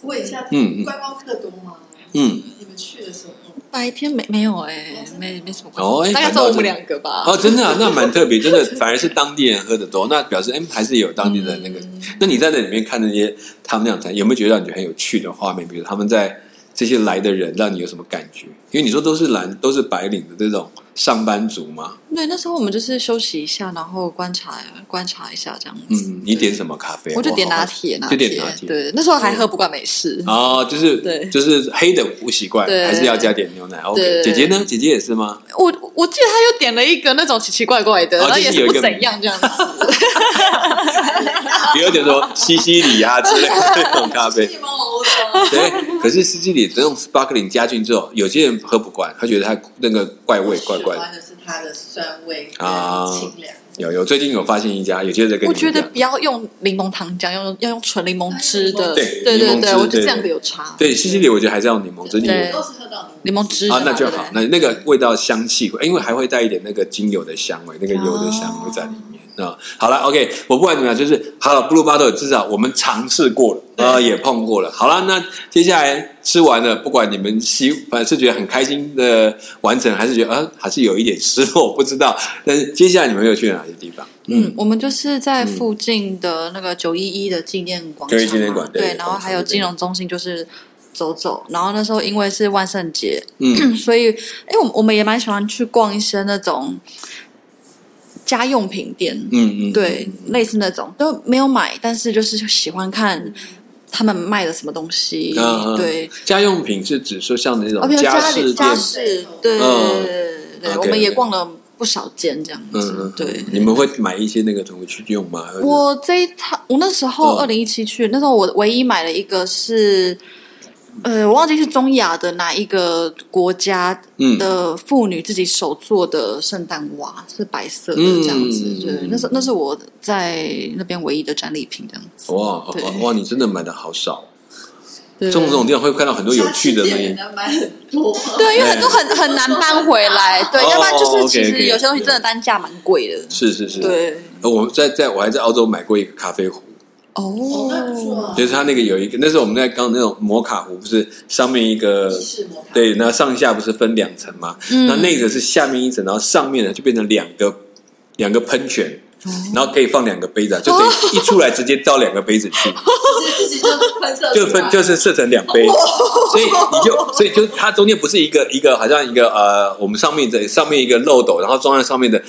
Speaker 2: 问一下，
Speaker 1: 嗯嗯
Speaker 2: 观光客多吗？
Speaker 1: 嗯，
Speaker 2: 你们去的时候，
Speaker 3: 白天没没有哎，没没什么关系，
Speaker 1: 哦哎
Speaker 3: 大概
Speaker 1: 反
Speaker 3: 只
Speaker 1: 倒
Speaker 3: 有我
Speaker 1: 是
Speaker 3: 们两个吧。
Speaker 1: 哦，真的啊，那蛮特别，真 的，反而是当地人喝的多，那表示哎、还是有当地的那个。
Speaker 3: 嗯
Speaker 1: 那你在那里面看那些他们那样谈，有没有觉得让你很有趣的画面？比如他们在这些来的人，让你有什么感觉？因为你说都是蓝，都是白领的这种上班族嘛，
Speaker 3: 对，那时候我们就是休息一下，然后观察观察一下这样子。
Speaker 1: 嗯，你点什么咖啡啊？
Speaker 3: 我就点
Speaker 1: 好好
Speaker 3: 拿铁，拿
Speaker 1: 就
Speaker 3: 铁
Speaker 1: 点拿铁，。
Speaker 3: 对，那时候还喝不惯美式。
Speaker 1: 哦，就是
Speaker 3: 对
Speaker 1: 就是黑的不习惯，
Speaker 3: 对
Speaker 1: 还是要加点牛奶。OK，
Speaker 3: 对
Speaker 1: 姐姐呢？姐姐也是 吗？
Speaker 3: 我我记得他又点了一个那种奇奇怪怪的，
Speaker 1: 哦
Speaker 3: 然后
Speaker 1: 就是有
Speaker 3: 也是
Speaker 1: 一
Speaker 3: 不
Speaker 1: 个
Speaker 3: 怎样这样子。
Speaker 1: 也有点说西西里啊之类的那种咖啡。
Speaker 2: 你们欧洲，
Speaker 1: 对，可是西西里这种 sparkling 加进之后，有些人喝不惯，他觉得它那个怪味怪怪
Speaker 2: 喜
Speaker 3: 啊
Speaker 1: 的。
Speaker 2: 欢的是它的酸味
Speaker 1: 啊
Speaker 2: 跟清凉。
Speaker 1: 有有，最近有发现一家，有些人跟
Speaker 3: 我
Speaker 1: 你
Speaker 3: 觉
Speaker 1: 们
Speaker 3: 得
Speaker 1: 讲，
Speaker 3: 不要用柠檬糖浆，要用要用纯柠檬汁的。
Speaker 1: 对
Speaker 3: 对
Speaker 1: 柠檬
Speaker 3: 对对，
Speaker 1: 汁
Speaker 3: 我觉
Speaker 1: 对
Speaker 3: 得这样
Speaker 1: 对
Speaker 3: 的有差。
Speaker 1: 对西西里，我觉得还是要柠檬汁。你
Speaker 3: 对
Speaker 2: 我都是喝到柠
Speaker 3: 柠檬汁的
Speaker 1: 啊，那
Speaker 3: 嘛
Speaker 1: 就
Speaker 3: 对
Speaker 1: 好，
Speaker 3: 不对
Speaker 1: 那那个味道香气会，因为还会带一点那个精油的香味，那个油的香味在里面
Speaker 3: 哦
Speaker 1: 啊、好了，OK，我不管怎么样，就是好了，Blue Bottle 至少我们尝试过了，呃，也碰过了。好了，那接下来吃完了，不管你们喜呃是觉得很开心的完成，还是觉得呃还是有一点失落，不知道。 但是接下来你们又去了哪些地方？
Speaker 3: 嗯，我们就是在附近的那个九一一的纪念广场
Speaker 1: 911
Speaker 3: 嘛，
Speaker 1: 纪念馆对
Speaker 3: 对，然后还有金融中心，就是走走。然后那时候因为是万圣节，
Speaker 1: 嗯
Speaker 3: 所以哎，我我们也蛮喜欢去逛一些那种家用品店，
Speaker 1: 嗯嗯，
Speaker 3: 对，类似那种都没有买，但是就是喜欢看他们卖的什么东西，
Speaker 1: 嗯，嗯
Speaker 3: 对，，
Speaker 1: 家用品是指说像那
Speaker 3: 哦，
Speaker 1: 种
Speaker 3: 比如
Speaker 1: 家
Speaker 3: 家里
Speaker 1: 饰
Speaker 3: 家
Speaker 1: 店。
Speaker 3: 饰，对对
Speaker 1: 嗯
Speaker 3: 对对对，我
Speaker 1: OK，
Speaker 3: 们也
Speaker 1: OK
Speaker 3: 逛了不少间这样
Speaker 1: 嗯嗯
Speaker 3: 子，，对
Speaker 1: 嗯。你们会买一些那个回去用吗？
Speaker 3: 我这一趟，我那时候
Speaker 1: 嗯
Speaker 3: 二零一七去，那时候我唯一买了一个是呃，我忘记是中亚的哪一个国家
Speaker 1: 嗯
Speaker 3: 的妇女自己手做的圣诞袜是白色的
Speaker 1: 嗯
Speaker 3: 这样子，对
Speaker 1: 嗯，
Speaker 3: 那是那是我在那边唯一的战利品这样子。
Speaker 1: 哇
Speaker 3: 对
Speaker 1: 哇哇！你真的买的好少，
Speaker 3: 对
Speaker 1: 这种地方会看到很多有趣的
Speaker 2: 家
Speaker 1: 东
Speaker 2: 具店
Speaker 1: 西
Speaker 2: 人。家买很多，
Speaker 3: 对，因为很多很很难搬回来，对，
Speaker 1: 哎哦
Speaker 3: 要不然就是其
Speaker 1: OK，OK，
Speaker 3: 实有些东西真的单价蛮贵的，
Speaker 1: 是是是，
Speaker 3: 对，
Speaker 1: 呃。我在在我还在澳洲买过一个咖啡壶，
Speaker 2: 哦那不错啊
Speaker 3: 哦，
Speaker 1: 就是它那个有一个，那时候我们在刚那种摩卡壶，不是上面一个
Speaker 2: 意式摩卡，
Speaker 1: 对，那上下不是分两层嘛？
Speaker 3: 嗯
Speaker 1: 那那个是下面一层，然后上面呢就变成两个两个喷泉，然后可以放两个杯子啊，就等于一出来直接倒两个杯子去，
Speaker 2: 自己就是喷射出
Speaker 1: 就
Speaker 2: 来，
Speaker 1: 分就是设成两杯，所以你就所以就它中间不是一个一个好像一个呃，我们上面的上面一个漏斗，然后装在上面的。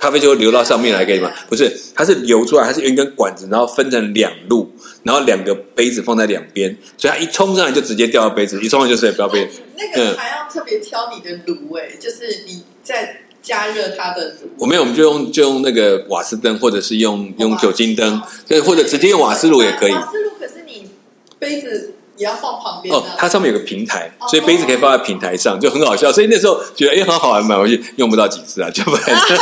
Speaker 1: 咖啡就会流到上面来，可以吗？不是，它是流出来，它是用一根管子，然后分成两路，然后两个杯子放在两边，所以它一冲上来就直接掉到杯子，一冲上来就直接掉到杯子。
Speaker 2: 那哦你那
Speaker 1: 嗯
Speaker 2: 个还要特别挑你的炉哎、就是你在加热它的炉，
Speaker 1: 我没有，我们就用就用那个瓦斯灯，或者是用用酒精灯
Speaker 2: 瓦斯，
Speaker 1: 对，或者直接用瓦斯炉也可以。
Speaker 2: 瓦斯炉可是你杯子也要放旁边
Speaker 1: 哦
Speaker 2: 啊，
Speaker 1: 它上面有个平台，
Speaker 2: 哦
Speaker 1: 所以杯子可以放在平台上，就很好笑。所以那时候觉得哎，很好玩，买回去用不到几次啊，就反正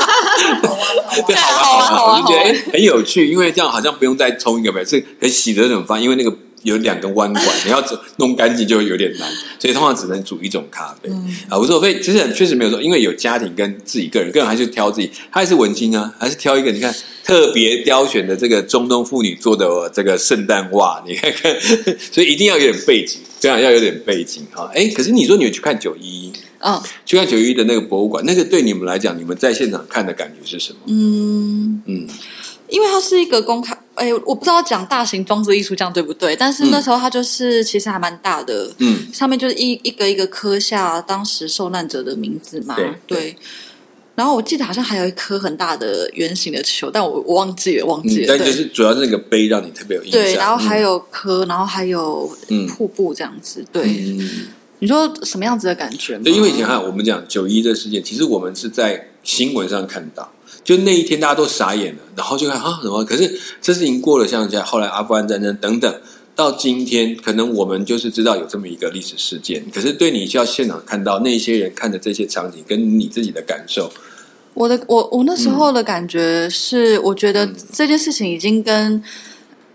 Speaker 2: 好玩好玩
Speaker 1: 对啊
Speaker 3: 好玩好玩
Speaker 1: 我就觉得
Speaker 3: 好玩
Speaker 1: 哎很有趣，因为这样好像不用再冲一个杯，是很洗的很方，因为那个有两个弯管，你要弄干净就有点难，所以通常只能煮一种咖啡啊，无所谓。其实很确实没有说，因为有家庭跟自己个人，个人还是挑自己，他还是文青啊，还是挑一个你看特别挑选的这个中东妇女做的这个圣诞袜，你看看，所以一定要有点背景，对啊，要有点背景哈。哎，可是你说你有去看九一一，
Speaker 3: 嗯
Speaker 1: 去看九一一的那个博物馆，那个对你们来讲，你们在现场看的感觉是什么？
Speaker 3: 嗯，
Speaker 1: 嗯
Speaker 3: 因为它是一个公开，哎，我不知道讲大型装置艺术这样对不对，但是那时候它就是其实还蛮大的，
Speaker 1: 嗯。
Speaker 3: 上面就是一一个一个刻下当时受难者的名字嘛，
Speaker 1: 对
Speaker 3: 然后我记得好像还有一颗很大的圆形的球，但我我忘记了，忘记
Speaker 1: 嗯，
Speaker 3: 了。
Speaker 1: 但
Speaker 3: 对
Speaker 1: 就是主要是那个杯让你特别有印象。
Speaker 3: 对，然后还有颗，然后还有
Speaker 1: 嗯
Speaker 3: 瀑布这样子。对，
Speaker 1: 嗯，嗯
Speaker 3: 你说什么样子的感觉吗？
Speaker 1: 对，因为以前看我们讲九一这事件，其实我们是在新闻上看到，就那一天大家都傻眼了，然后就看啊什么，可是这事情过了，像像后来阿富汗战争等等。到今天，可能我们就是知道有这么一个历史事件，可是对你需要现场看到那些人看的这些场景，跟你自己的感受，
Speaker 3: 我的我我那时
Speaker 1: 嗯
Speaker 3: 候的感觉是，我觉得这件事情已经跟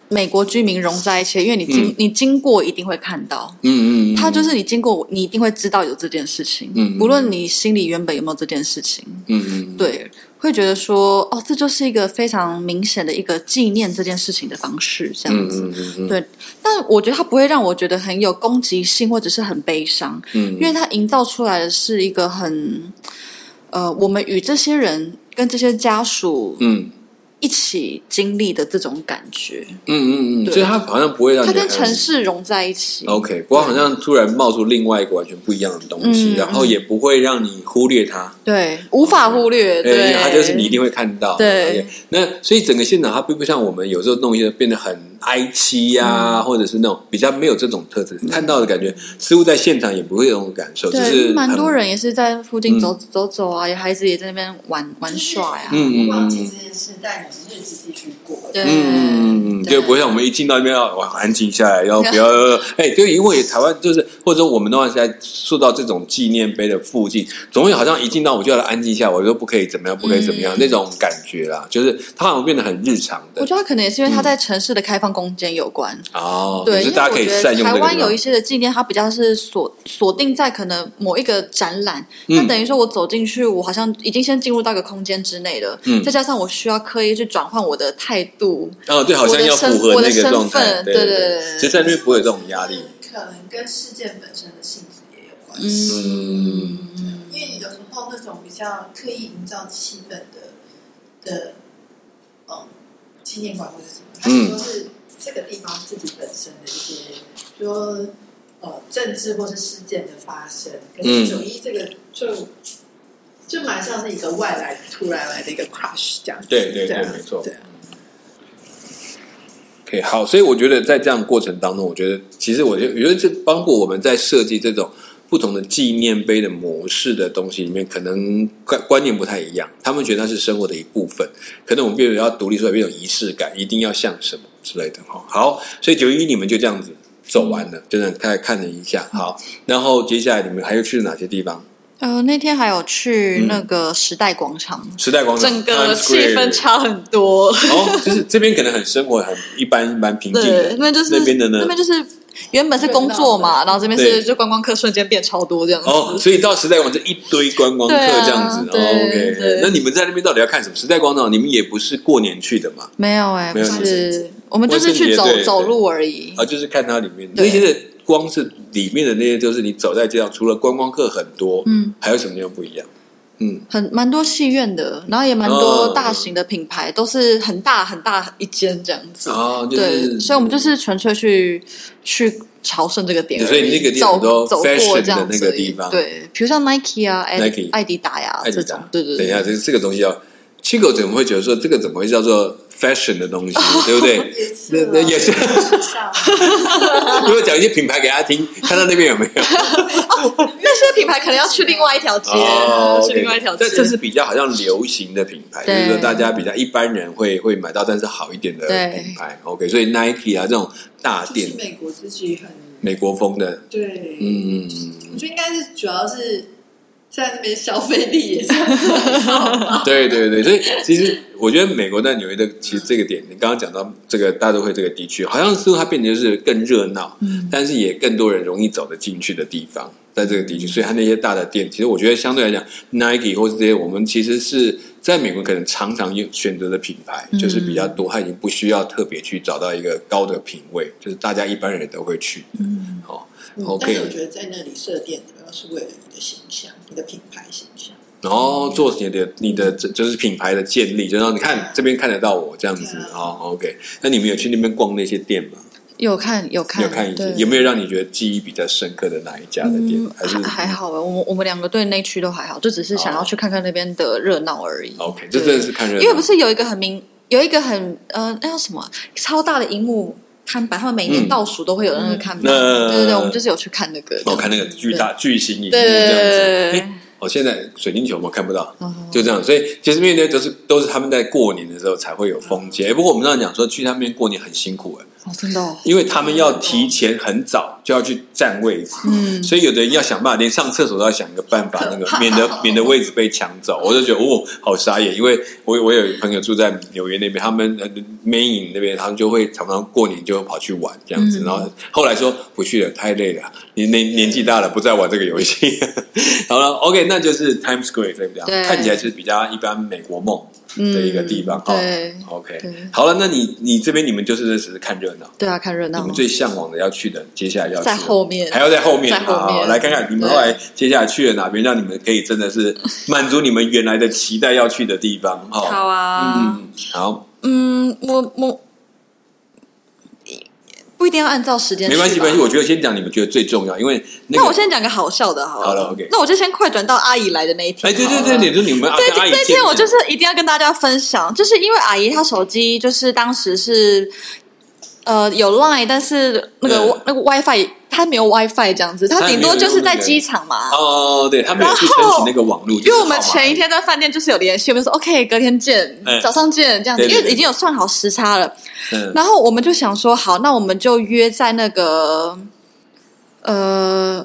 Speaker 3: 美国居民融在一起了，因为你经、
Speaker 1: 嗯
Speaker 3: 你经过一定会看到，
Speaker 1: 嗯嗯，嗯
Speaker 3: 它就是你经过，你一定会知道有这件事情，
Speaker 1: 嗯嗯
Speaker 3: 不论你心里原本有没有这件事情，
Speaker 1: 嗯嗯，
Speaker 3: 对，会觉得说哦，这就是一个非常明显的一个纪念这件事情的方式，这
Speaker 1: 嗯
Speaker 3: 样子。
Speaker 1: 嗯嗯嗯，
Speaker 3: 对但我觉得它不会让我觉得很有攻击性，或者是很悲伤，
Speaker 1: 嗯，
Speaker 3: 因为它营造出来的是一个很呃，我们与这些人跟这些家属
Speaker 1: 嗯
Speaker 3: 一起经历的这种感觉，
Speaker 1: 嗯嗯嗯，
Speaker 3: 对
Speaker 1: 所以它好像不会让你
Speaker 3: 它跟
Speaker 1: 很
Speaker 3: 城市融在一起。
Speaker 1: OK，不过好像突然冒出另外一个完全不一样的东西，
Speaker 3: 嗯
Speaker 1: 然后也不会让你忽略它，
Speaker 3: 对，无法忽略。
Speaker 1: 因为哦
Speaker 3: 对，
Speaker 1: 哎它就是你一定会看到。
Speaker 3: 对
Speaker 1: OK，那所以整个现场它并不像我们有时候弄一些变得很哀戚呀、
Speaker 3: 嗯
Speaker 1: 或者是那种比较没有这种特质，看到的感觉似乎在现场也不会有那种感受，就
Speaker 3: 对，
Speaker 1: 是
Speaker 3: 蛮
Speaker 1: 很
Speaker 3: 多。人也是在附近
Speaker 1: 嗯
Speaker 3: 走、走走啊，有孩子也在那边玩玩耍呀、
Speaker 1: 嗯嗯嗯
Speaker 2: 忘记这件事，但你日子继续过。
Speaker 3: 对，
Speaker 1: 嗯嗯嗯，嗯
Speaker 3: 对
Speaker 1: 就不会像我们一进到那边要哇安静下来，要不要？哎，对，因为台湾就是或者说我们的话是在塑造这种纪念碑的附近，总会好像一进到我就要来安静一下，我就不可以怎么样，不可以怎么样、
Speaker 3: 嗯
Speaker 1: 那种感觉啦，就是它好像变得很日常的
Speaker 3: 我。觉得它可能也是因
Speaker 1: 嗯
Speaker 3: 为它在城市的开放空间有关。
Speaker 1: 哦，
Speaker 3: 对，
Speaker 1: 就
Speaker 3: 因
Speaker 1: 是
Speaker 3: 为
Speaker 1: 大
Speaker 3: 我
Speaker 1: 家可以
Speaker 3: 觉
Speaker 1: 善用
Speaker 3: 得
Speaker 1: 这
Speaker 3: 台
Speaker 1: 个
Speaker 3: 湾
Speaker 1: 地
Speaker 3: 有
Speaker 1: 方
Speaker 3: 一些的纪念，它比较是锁锁定在可能某一个展览，
Speaker 1: 嗯
Speaker 3: 那等于说我走进去，我好像已经先进入到一个空间之内了，
Speaker 1: 嗯
Speaker 3: 再加上我需要刻意去转换我的态度，
Speaker 1: 哦，对，好像要符合
Speaker 3: 我的
Speaker 1: 那个
Speaker 3: 身
Speaker 1: 状态，
Speaker 3: 份
Speaker 1: 对
Speaker 3: 对对
Speaker 1: 对
Speaker 3: 对对
Speaker 1: 其实在那边不会有这种压力。，
Speaker 2: 可能跟事件本身的性质也有关系。
Speaker 3: 嗯，
Speaker 2: 因为有时候那种比较刻意营造气氛的的，嗯，纪念馆或者什么，它
Speaker 1: 嗯
Speaker 2: 都是这个地方自己本身的一些，说呃政治或是事件的发生。可
Speaker 1: 嗯
Speaker 2: 是九一这个就就蛮像是一个外来突然来的 一个 crush 这样子。
Speaker 1: 对对
Speaker 2: 对
Speaker 1: 对
Speaker 2: 啊，
Speaker 1: 没错
Speaker 2: 对啊
Speaker 1: OK，好，所以我觉得在这样的过程当中，我觉得其实我觉得，我觉得这包括我们在设计这种不同的纪念碑的模式的东西里面，可能观观念不太一样，他们觉得那是生活的一部分，可能我们变得哎要独立出来，变有仪式感，一定要像什么之类的哈。好，所以九一你们就这样子。走完了，真的大概看了一下。好，然后接下来你们还要去哪些地方？
Speaker 3: 呃，那天还有去那个时代广场，
Speaker 1: 时代广场，
Speaker 3: 整个
Speaker 1: 嗯 Times
Speaker 3: 气
Speaker 1: Square
Speaker 3: 氛差很多。
Speaker 1: 哦，就是这边可能很生活很一般，一般平静
Speaker 3: 对
Speaker 1: 的，。
Speaker 3: 那就是
Speaker 1: 那边的呢
Speaker 3: 那边就是原本是工作嘛，然后这边
Speaker 1: 对
Speaker 3: 是就观光客瞬间变超多这样子。
Speaker 1: 哦，所以到时代广场一堆观光客
Speaker 3: 对啊
Speaker 1: 这样子。
Speaker 3: 对
Speaker 1: 哦、OK，
Speaker 3: 对
Speaker 1: 那你们在那边到底要看什么？时代广场你们也不是过年去的嘛？
Speaker 3: 没有哎、
Speaker 1: 没
Speaker 3: 不
Speaker 1: 有
Speaker 3: 是，我们就是
Speaker 1: 万圣节
Speaker 3: 去走
Speaker 1: 对
Speaker 3: 走路而已。
Speaker 1: 啊，就是看它里面那
Speaker 3: 嗯对
Speaker 1: 些的，光是里面的那些，就是你走在街上，除了观光客很多，
Speaker 3: 嗯，
Speaker 1: 还有什么地方不一样？嗯，
Speaker 3: 很蛮多戏院的，然后也蛮
Speaker 1: 哦
Speaker 3: 多大型的品牌，都是很大很大一间这样子。
Speaker 1: 哦，就
Speaker 3: 对，
Speaker 1: 是，
Speaker 3: 所以我们就是纯粹去去朝圣这个点而已，
Speaker 1: 所以那个地方
Speaker 3: 走
Speaker 1: 很多
Speaker 3: 走
Speaker 1: fashion
Speaker 3: 过
Speaker 1: 的
Speaker 3: 这样子而已。
Speaker 1: 那个地方
Speaker 3: 对，比如像 Nike 啊、艾
Speaker 1: Nike
Speaker 3: 艾迪达呀
Speaker 1: 艾
Speaker 3: 这
Speaker 1: 迪
Speaker 3: 种
Speaker 1: 达，，
Speaker 3: 对对
Speaker 1: 等一
Speaker 3: 对
Speaker 1: 下，。这这个东西要。七狗怎么会觉得说这个怎么会叫做 fashion 的东西，对不 对？
Speaker 2: 也
Speaker 3: 啊
Speaker 2: 是
Speaker 1: 那
Speaker 2: 啦，
Speaker 1: 那也是
Speaker 2: 时尚，
Speaker 1: 如果讲一些品牌给他听，看到那边有没有？
Speaker 3: 那些品牌可能要去另外一条街，
Speaker 1: 哦
Speaker 3: 啊去另外一条街。
Speaker 1: 但这是比较好像流行的品牌，就
Speaker 3: 对
Speaker 1: 是说大家比较一般人会会买到，但是好一点的
Speaker 3: 对
Speaker 1: 品牌。OK，所以 Nike 啊这种大
Speaker 2: 就
Speaker 1: 店
Speaker 2: 是，美国自己很
Speaker 1: 美国风的，
Speaker 2: 对，
Speaker 1: 嗯嗯嗯，
Speaker 2: 我觉得应该是主要是在那边消费力也是
Speaker 1: 对对对，所以其实我觉得美国在纽约的，其实这个点，你刚刚讲到这个大都会这个地区，好像似乎它变得就是更热闹，
Speaker 3: 嗯
Speaker 1: 但是也更多人容易走得进去的地方，在这个地区，所以它那些大的店，其实我觉得相对来讲，Nike 或是这些，我们其实是在美国可能常常有选择的品牌
Speaker 3: 嗯
Speaker 1: 就是比较多，它已经不需要特别去找到一个高的品位，就是大家一般人都会去的。
Speaker 3: 嗯
Speaker 1: 哦
Speaker 2: 嗯但是我
Speaker 1: ，OK，
Speaker 2: 觉得在那里设店主要是为了你的形象，你的品牌形 象。
Speaker 1: 然后做你的你的这就是品牌的建立，就让你看这边看得到我这样子
Speaker 2: 对啊
Speaker 1: 哦，OK，那你们有去那边逛那些店吗？
Speaker 3: 有看有看
Speaker 1: 有看一些
Speaker 3: 嗯对，
Speaker 1: 有没有让你觉得记忆比较深刻的哪一家的店？
Speaker 3: 嗯，
Speaker 1: 还是哦
Speaker 3: 还还好哎，我们我们两个对那区都还好，就只是想要去看看那边的热闹而已。
Speaker 1: OK，这真的是看热
Speaker 3: 啊
Speaker 1: 闹，
Speaker 3: 对因为不是有一个很明，有一个很呃，那叫什么超大的荧幕看板，他们每年
Speaker 1: 嗯
Speaker 3: 倒数都会有那个看板。
Speaker 1: 那
Speaker 3: 对对对，我们就是有去嗯哦看那个。
Speaker 1: 哦我看那个巨大巨型荧幕
Speaker 3: 对对
Speaker 1: 这样
Speaker 3: 对对
Speaker 1: 子，
Speaker 3: 对
Speaker 1: 哎，哦，现在水晶球我看不到，
Speaker 3: 哦
Speaker 1: 就这样，所以其实面对都是都是他们在过年的时候才会有风
Speaker 3: 嗯
Speaker 1: 节。哎不过我们刚才讲说去他们那边过年很辛苦哎，
Speaker 3: 哦，真的哦，
Speaker 1: 因为他们要提前很早就要去占位置，
Speaker 3: 嗯
Speaker 1: 所以有的人要想办法，连上厕所都要想一个办法，那
Speaker 2: 可
Speaker 1: 个
Speaker 2: 怕
Speaker 1: 免得免得位置被抢走。我就觉得哦，好傻眼，因为我我有朋友住在纽约那边，他们呃 Maine 那边，他们就会常常过年就跑去玩这样子，
Speaker 3: 嗯
Speaker 1: 然后后来说不去了，太累了，年年年纪大了，不再玩这个游戏。 好了，OK，那就是 Times Square 这个地方，
Speaker 3: 对
Speaker 1: 看起来是比较一般美国梦的一个地方哈。
Speaker 3: 嗯对
Speaker 1: OK，
Speaker 3: 对
Speaker 1: 好了，那你你这边你们就是只是看热闹。
Speaker 3: 对啊，看热
Speaker 1: 哦你
Speaker 3: 闹
Speaker 1: 们。最向往的要去的，接下来要去的
Speaker 3: 在后面
Speaker 1: 还要在后面，
Speaker 3: 在后面
Speaker 1: 好来看看你们
Speaker 3: 对
Speaker 1: 后来接下来去了哪边，让你们可以真的 是满足你们原来的期待要去的地方。哦，
Speaker 3: 好啊，
Speaker 1: 嗯，好，
Speaker 3: 嗯，我我不一定要按照时间
Speaker 1: 没
Speaker 3: 去吧，
Speaker 1: 关系，没关系。我觉得先讲你们觉得最重要，因为那
Speaker 3: 啊那我
Speaker 1: 个，
Speaker 3: 先讲个好笑的好了，
Speaker 1: 好了，OK
Speaker 3: 那我就先快转到阿姨来的那一天。
Speaker 1: 哎，对
Speaker 3: 好
Speaker 1: 对
Speaker 3: 了
Speaker 1: 对，你说你们啊
Speaker 3: 这
Speaker 1: 跟阿姨
Speaker 3: 这
Speaker 1: 见
Speaker 3: 天
Speaker 1: 面
Speaker 3: 我就是一定要跟大家分享，就是因为阿姨她手机就是当时是呃有 Line，但是那个、
Speaker 1: 嗯
Speaker 3: 那个 WiFi 她没有 WiFi 这样子，
Speaker 1: 她
Speaker 3: 她
Speaker 1: 也
Speaker 3: 顶
Speaker 1: 没有
Speaker 3: 多就是
Speaker 1: 用那
Speaker 3: 在
Speaker 1: 个
Speaker 3: 机场嘛。
Speaker 1: 哦，对他们有去
Speaker 3: 然
Speaker 1: 申
Speaker 3: 后
Speaker 1: 请那个网络，
Speaker 3: 因为我们
Speaker 1: 就是号码
Speaker 3: 前一天在饭店就是有联系，我们说 OK，隔天见，
Speaker 1: 嗯
Speaker 3: 早上见这样子，
Speaker 1: 对对
Speaker 3: 因为
Speaker 1: 对
Speaker 3: 已经有算好时差了。
Speaker 1: 嗯
Speaker 3: 然后我们就想说，好，那我们就约在那个呃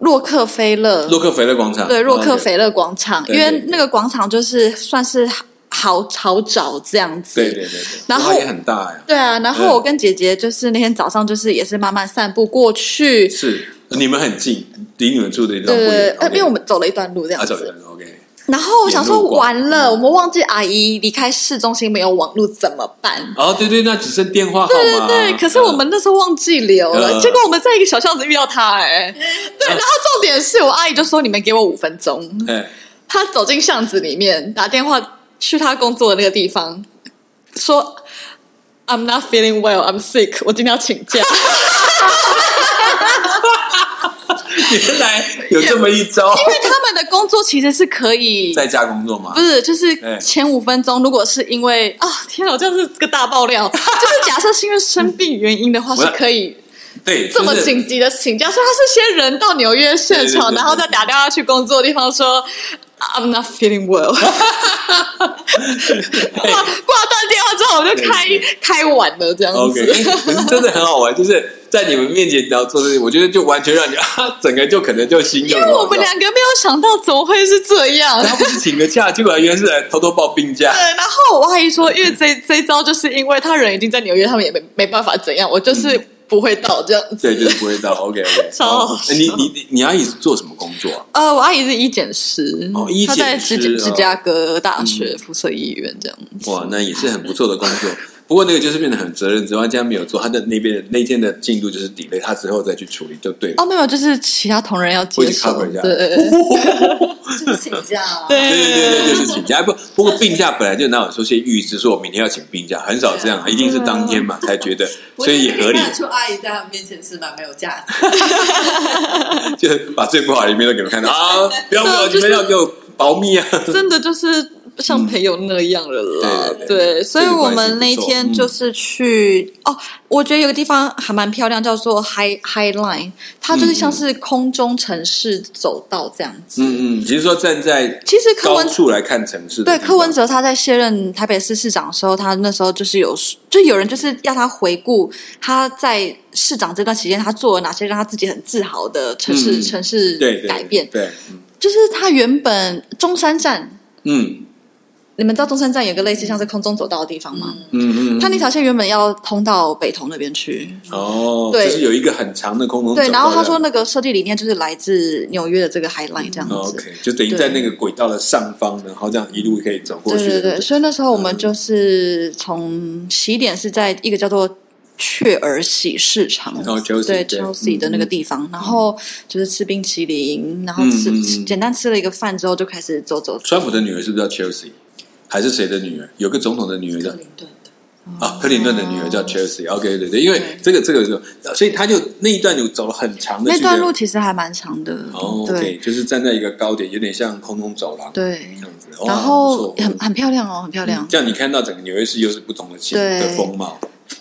Speaker 3: 洛克菲勒
Speaker 1: 洛克菲勒广场，
Speaker 3: 对，洛克
Speaker 1: 勒，
Speaker 3: 菲勒广场，
Speaker 1: 对
Speaker 3: 因
Speaker 1: 对
Speaker 3: 为那个广场就是算是好好找这样子。
Speaker 1: 对对对对，
Speaker 3: 然后
Speaker 1: 哇也很大呀，
Speaker 3: 对啊，然
Speaker 1: 嗯
Speaker 3: 后我跟姐姐就是那天早上就是也是慢慢散步过去，
Speaker 1: 是你们很近，离你们住的地方
Speaker 3: 对
Speaker 1: 不
Speaker 3: 对对，
Speaker 1: 远
Speaker 3: 呃，因为我们走了一段路这
Speaker 1: 啊，
Speaker 3: 样
Speaker 1: 走
Speaker 3: 子。
Speaker 1: 人，OK，
Speaker 3: 然后我想
Speaker 1: 沿
Speaker 3: 说
Speaker 1: 路逛
Speaker 3: 完了，我们忘记阿姨离开市中心没有网路怎么办？
Speaker 1: 哦，对对，那只剩电话号码。
Speaker 3: 对对对，可是我们那时候忘记留了，
Speaker 1: 啊嗯啊
Speaker 3: 结果我们在一个小巷子遇到她，哎，对，然后重点是我阿姨就说你们给我五分钟，
Speaker 1: 哎，
Speaker 3: 他走进巷子里面，打电话去他工作的那个地方，说：“I'm not feeling well, I'm sick，我今天要请 假。
Speaker 1: 原来有这么一 招，”
Speaker 3: 因为他们的工作其实是可以，
Speaker 1: 在家工作吗
Speaker 3: 不？是就是
Speaker 1: 哎
Speaker 3: 前五分钟，如果是因为啊，天啊，这样是个大爆 料，就是假设是因为生病原因的话，
Speaker 1: 我
Speaker 3: 是可以
Speaker 1: 对，
Speaker 3: 这么
Speaker 1: 就是
Speaker 3: 紧急的请假，所以他是先人到纽约现
Speaker 1: 对对对
Speaker 3: 场，
Speaker 1: 对
Speaker 3: 然后再打电话去工作的地方说 I'm not feeling well 挂。 挂断电话之后，我就开
Speaker 1: 对
Speaker 3: 开完了这样
Speaker 1: OK，哎
Speaker 3: 子。
Speaker 1: 可是真的很好玩，就是在你们面前你要做这些，我觉得就完全让你 啊，整个就可能就心就
Speaker 3: 因为我们两个没有想到怎么会是这样。
Speaker 1: 他不是请个假，结果原来是来偷偷报病假
Speaker 3: 对，，然后我阿姨说，因为这这一招就是因为他人已经在纽约，他们也没没办法怎样，我就是
Speaker 1: 嗯
Speaker 3: 不会到这样子。
Speaker 1: 对，就是不会到 OK OK。
Speaker 3: 超好笑
Speaker 1: 你你你你阿姨是做什么工作啊？
Speaker 3: 呃，我阿姨是医检师，
Speaker 1: 哦医
Speaker 3: 她在
Speaker 1: 检师
Speaker 3: 芝加
Speaker 1: 哦
Speaker 3: 芝加哥大
Speaker 1: 嗯
Speaker 3: 学辐射医院这样子。
Speaker 1: 哇，那也是很不错的工作。不过那个就是变得很责任之外，这样没有做，他的那边那天的进度就是 delay，他之后再去处理就对了。
Speaker 3: 哦，没有，就是其他同仁要
Speaker 1: 我已经
Speaker 3: 接手
Speaker 1: cover 一下，
Speaker 3: 对
Speaker 2: 就是请假啊。
Speaker 3: 对
Speaker 1: 对对对对，就是请假。不不过病假本来就哪有说些预知说我明天要请病假，很少这样，一定是当天嘛才觉得，
Speaker 2: 我
Speaker 1: 所以也合理
Speaker 2: 就可，看得出阿姨在他们面前是蛮没有价值的。
Speaker 1: 就把最不好的一面都给我们看到啊！不要不要，
Speaker 3: 就
Speaker 1: 你
Speaker 3: 是
Speaker 1: 们要给我保密啊！
Speaker 3: 真的就是像朋友那样了啦。
Speaker 1: 嗯对对对
Speaker 3: 所以我们那天
Speaker 1: 嗯
Speaker 3: 就是去、哦，我觉得有个地方还蛮漂亮，叫做 High High Line，它就是像是空中城市走道这样子。
Speaker 1: 嗯嗯，只是说站在
Speaker 3: 其实柯
Speaker 1: 高
Speaker 3: 文
Speaker 1: 处来看城市的
Speaker 3: 对
Speaker 1: 地方，
Speaker 3: 柯文哲他在卸任台北市市长的时候，他那时候就是有就有人就是要他回顾他在市长这段期间他做了哪些让他自己很自豪的城市、
Speaker 1: 嗯
Speaker 3: 城市
Speaker 1: 对对
Speaker 3: 改变，
Speaker 1: 对，嗯
Speaker 3: 就是他原本中山站。
Speaker 1: 嗯
Speaker 3: 你们知道中山站有个类似像是空中走道的地方吗？
Speaker 1: 嗯嗯，
Speaker 3: 它那条线原本要通到北投那边去，
Speaker 1: 哦，
Speaker 3: 对
Speaker 1: 就是有一个很长的空中
Speaker 3: 对。
Speaker 1: 走道
Speaker 3: 然后他说
Speaker 1: 的
Speaker 3: 那个设计理念就是来自纽约的这个 Highline 这样
Speaker 1: 哦
Speaker 3: 子。
Speaker 1: ，OK，就等于在那个轨道的上方，然后这样一路可以走过
Speaker 3: 对
Speaker 1: 去。
Speaker 3: 对对，所以那时候我们就是从起点是在一个叫做雀儿喜市场，
Speaker 1: 哦，Chelsea，
Speaker 3: 对
Speaker 1: 对嗯
Speaker 3: Chelsea 的那个地方，然后就是吃冰淇淋，然后吃、
Speaker 1: 嗯嗯嗯
Speaker 3: 简单吃了一个饭之后就开始走走走。
Speaker 1: 川普的女儿是不是叫 Chelsea？还是谁的女儿？有个总统的女儿叫
Speaker 2: 克林顿的，
Speaker 1: 啊，克林顿的女儿叫 Chelsea。OK，对对，因为
Speaker 3: 嗯对
Speaker 1: 这个这个时候，所以他就那一段路走了很长的
Speaker 3: 那
Speaker 1: 距离。
Speaker 3: 段路其实还蛮长的，
Speaker 1: 哦
Speaker 3: 对
Speaker 1: ，OK，就是站在一个高点，有点像空中走廊
Speaker 3: 对
Speaker 1: 这，样子。哇
Speaker 3: 然
Speaker 1: 不
Speaker 3: 后
Speaker 1: 错嗯
Speaker 3: 很很漂亮哦，很漂亮。
Speaker 1: 这样你看到整个纽约市又是不同的气
Speaker 3: 对
Speaker 1: 的风貌。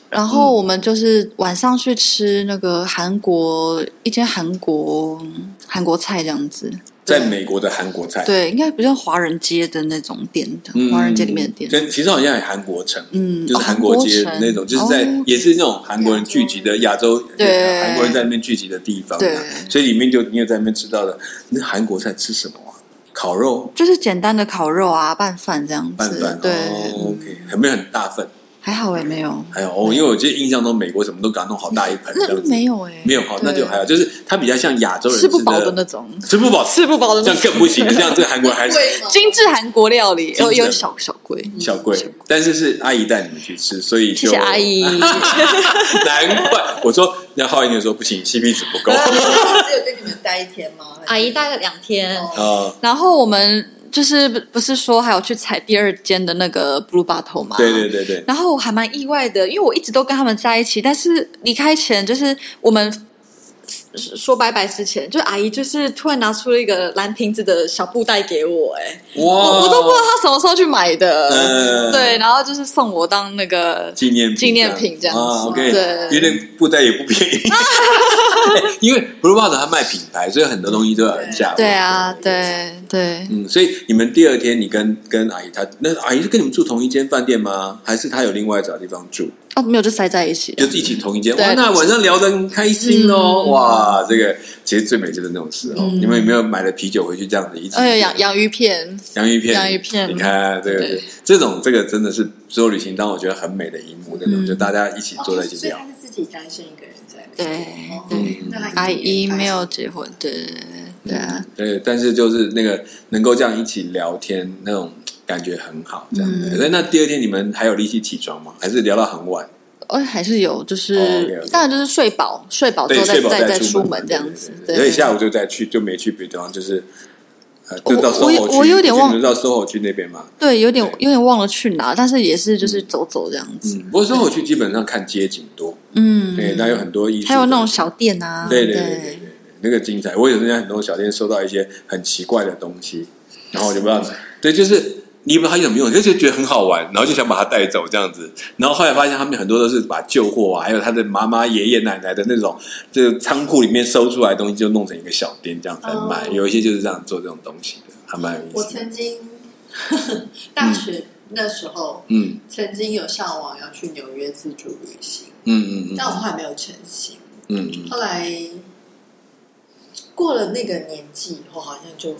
Speaker 3: 然
Speaker 1: 嗯
Speaker 3: 后我们就是晚上去吃那个韩国一间韩国韩国菜这样子，
Speaker 1: 在美国的韩国菜，
Speaker 3: 对，应该不像华人街的那种店的，
Speaker 1: 嗯
Speaker 3: 华人街里面的店，
Speaker 1: 跟其实好像有韩国城。
Speaker 3: 嗯，
Speaker 1: 就是
Speaker 3: 哦
Speaker 1: 韩国街
Speaker 3: 城
Speaker 1: 那种，就是在
Speaker 3: 哦
Speaker 1: 也是那种韩国人聚集的亚洲，
Speaker 3: 对
Speaker 1: 韩国人在那边聚集的地方啊
Speaker 3: 对，
Speaker 1: 所以里面就你有在那边吃到的，那韩国菜吃什么啊？烤肉、
Speaker 3: 就是简单的烤肉啊，拌饭这样
Speaker 1: 拌
Speaker 3: 子
Speaker 1: 饭，，
Speaker 3: 对，
Speaker 1: 哦，OK，还没有很大份，
Speaker 3: 还好也没有，
Speaker 1: 还有哦，因为我记得印象中美国什么都给它弄好大一盆
Speaker 3: 那
Speaker 1: 这样子，
Speaker 3: 没有哎，
Speaker 1: 没有好，那就还
Speaker 3: 有
Speaker 1: 好，就是它比较像亚洲人
Speaker 3: 吃不饱的那
Speaker 1: 的，
Speaker 3: 种，
Speaker 1: 吃不饱，
Speaker 3: 吃不饱的
Speaker 1: 这
Speaker 3: 那
Speaker 1: 样
Speaker 3: 种
Speaker 1: 更不行，这样这个韩国人还是
Speaker 2: 贵吗？
Speaker 3: 精致韩国料理，
Speaker 1: 精致
Speaker 3: 有
Speaker 1: 的
Speaker 3: 有小小贵，
Speaker 1: 小贵，但是是阿姨带你们去吃，所以
Speaker 3: 谢
Speaker 1: 就
Speaker 3: 谢 阿姨，
Speaker 1: 难怪我说，那浩英就说不行，CP 值不 够
Speaker 2: 只有跟你们待一天吗？还是
Speaker 3: 阿姨待了两天，
Speaker 2: 哦
Speaker 1: 啊。
Speaker 3: 然后我们就是不不是说还有去踩第二间的那个 Blue Bottle 吗？
Speaker 1: 对对。对对，
Speaker 3: 然后我还蛮意外的，因为我一直都跟他们在一起，但是离开前就是我们说说拜拜之前，就是阿姨就是突然拿出了一个蓝瓶子的小布袋给我、哎，
Speaker 1: 哇，
Speaker 3: 我我都不知道她什么时候去买的，
Speaker 1: 嗯
Speaker 3: 对，然后就是送我当那个
Speaker 1: 纪念
Speaker 3: 纪念品这样子
Speaker 1: 啊，OK，
Speaker 3: 对
Speaker 1: 因为布袋也不便 宜，因为 Blue Box 它卖品牌，所以很多东西都要有价位。
Speaker 3: 对啊，，对对，
Speaker 1: 嗯，所以你们第二天你跟跟阿姨她，那阿姨是跟你们住同一间饭店吗？还是她有另外找地方住，
Speaker 3: 哦，没有就塞在一起，
Speaker 1: 就是一起同一间？
Speaker 3: 对
Speaker 1: 哇，那晚上聊得很开心哦，
Speaker 3: 嗯
Speaker 1: 哇，这个其实最美就是那种事哦。你们有没有买了啤酒回去这样子一起？
Speaker 3: 哎呀，洋洋芋片，
Speaker 1: 洋芋片，
Speaker 3: 洋芋片
Speaker 1: 你看这个
Speaker 3: 对
Speaker 1: 这种这个真的是所有旅行当中我觉得很美的一幕，那种
Speaker 3: 嗯
Speaker 1: 就大家一起坐在一起
Speaker 2: 哦所以
Speaker 1: 聊
Speaker 2: 他。是自己单身一个人在美国。
Speaker 3: 对嗯
Speaker 2: 哦
Speaker 1: 对
Speaker 2: 那
Speaker 3: 阿
Speaker 2: 他
Speaker 3: 姨
Speaker 2: 一定
Speaker 3: 没有结婚，对对对对啊。
Speaker 1: 对，但是就是那个能够这样一起聊天，那种感觉很好，这样的。
Speaker 3: 嗯
Speaker 1: 那、那第二天你们还有力气起床吗？还是聊到很晚？
Speaker 3: 哦，还是有，就是、
Speaker 1: 哦，OK，OK
Speaker 3: 当然就是睡饱，睡饱之
Speaker 1: 对，
Speaker 3: 后再
Speaker 1: 睡饱
Speaker 3: 再再
Speaker 1: 出
Speaker 3: 出门这样子。
Speaker 1: 对对对对所以下午就再去，就没去别的地方，就是呃，就
Speaker 3: 我
Speaker 1: 到
Speaker 3: 我
Speaker 1: SOHO 区，
Speaker 3: 我有点忘
Speaker 1: 就到 SOHO 区那边嘛。
Speaker 3: 对有点
Speaker 1: 对
Speaker 3: 有点忘了去哪，但是也是就是走走这样子。
Speaker 1: 嗯，不过 SOHO 区基本上看街景多，
Speaker 3: 嗯，
Speaker 1: 对，那有很多艺术，
Speaker 3: 还有那种小店啊，
Speaker 1: 对对对对对，那个精彩。我有时候在很多小店收到一些很奇怪的东西，然后我就不知道，对，就是你也不知道它有没有用，就觉得很好玩，然后就想把它带走这样子。然后后来发现他们很多都是把旧货啊，还有他的妈妈、爷爷奶奶的那种，就是仓库里面收出来的东西，就弄成一个小店这样在卖。
Speaker 2: 哦
Speaker 1: 有一些就是这样做这种东西的，还蛮有意
Speaker 2: 我
Speaker 1: 思的。
Speaker 2: 曾经 大学那时候
Speaker 1: 嗯
Speaker 2: 曾经有向往要去纽约自助旅行，
Speaker 1: 嗯嗯嗯
Speaker 2: 但我后来没有成行。
Speaker 1: 嗯嗯，
Speaker 2: 后来过了那个年纪以后，好像就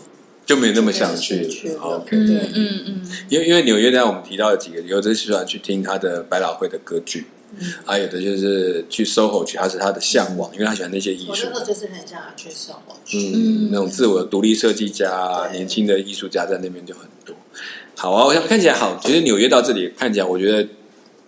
Speaker 1: 就没那么想
Speaker 2: 就没
Speaker 1: 去
Speaker 2: 有去了
Speaker 1: 了。OK，
Speaker 3: 嗯
Speaker 2: 对
Speaker 3: 嗯嗯，
Speaker 1: 因为因为纽约呢，我们提到了几个，有的喜欢去听他的百老汇的歌剧，
Speaker 2: 嗯
Speaker 1: 啊，有的就是去 SOHO 去，他是他的向往，因为他喜欢那些艺
Speaker 2: 我那
Speaker 1: 术
Speaker 2: 时，候就是很想要去生活去。
Speaker 1: 嗯
Speaker 3: 嗯，
Speaker 1: 那种自我独立设计家、啊、
Speaker 2: 对
Speaker 1: 年轻的艺术家在那边就很多。好啊，我想看起来好，其实纽约到这里看起来，我觉得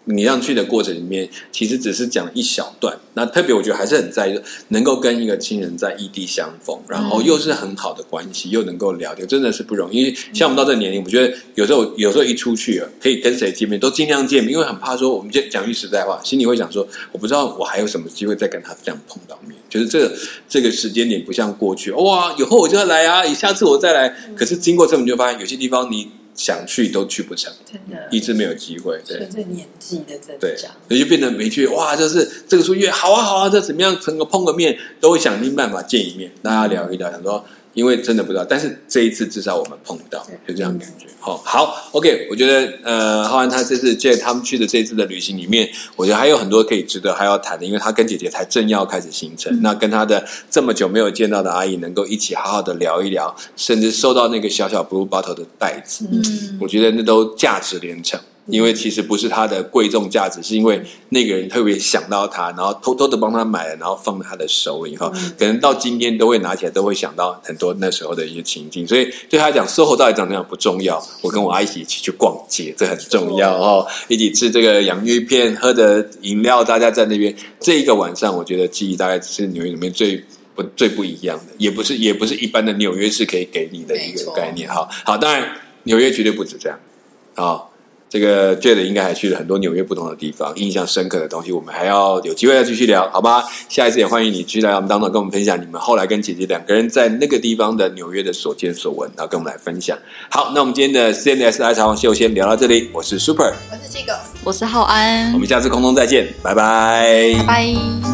Speaker 1: 你让去的过程里面，其实只是讲一小段。那特别我觉得还是很在意，能够跟一个亲人在异地相逢，然后又是很好的关系，又能够聊天，真的是不容易。因为像我们到这个年龄，我觉得有时候有时候一出去啊，可以跟谁见面都尽量见面，因为很怕说我们讲讲句实在话，心里会想说，我不知道我还有什么机会再跟他这样碰到面。就是这个这个时间点不像过去，哇，以后我就要来啊，下次我再来。可是经过这么，你就发现有些地方你想去都去不成，
Speaker 2: 真的，
Speaker 1: 一直没有机会。对
Speaker 2: 随，着年纪的增
Speaker 1: 对
Speaker 2: 长，，
Speaker 1: 所以就变得没去哇，就是这个书越好啊好啊，这怎么样，整个碰个面都会想尽办法见一面，大家聊一聊，想说因为真的不知道，但是这一次至少我们碰到，就
Speaker 2: 对
Speaker 1: 这样感觉。好、好，OK，我觉得呃，浩安他这次 J 他们去的这次的旅行里面，我觉得还有很多可以值得还要谈的，因为他跟姐姐才正要开始行程，那跟他的这么久没有见到的阿姨能够一起好好的聊一聊，甚至收到那个小小 blue bottle 的袋子，
Speaker 3: 嗯
Speaker 1: 我觉得那都价值连城，因为其实不是它的贵重价值，是因为那个人特别想到他，然后偷偷的帮他买了，然后放在他的手里哈。可能到今天都会拿起来，都会想到很多那时候的一些情境。所以对他来讲，售后到底长怎样不重要，我跟我阿姨一起去逛街，这很重要哦。一起吃这个洋芋片，喝着饮料，大家在那边这一个晚上，我觉得记忆大概是纽约里面最。不最不一样的，也不是也不是一般的纽约是可以给你的一
Speaker 2: 没
Speaker 1: 个
Speaker 2: 错
Speaker 1: 概念哈。好，当然纽约绝对不止这样啊、这个 Jade 应该还去了很多纽约不同的地方，印象深刻的东西，我们还要有机会再继续聊，好吧？下一次也欢迎你继续来我们当中跟我们分享你们后来跟姐姐两个人在那个地方的纽约的所见所闻，然后跟我们来分享。好，那我们今天的 CNS 爱茶王秀先聊到这里，我是 Super，
Speaker 2: 我是这个。
Speaker 3: 我是浩安
Speaker 1: 我，们下次空中再见，拜拜
Speaker 3: 拜拜。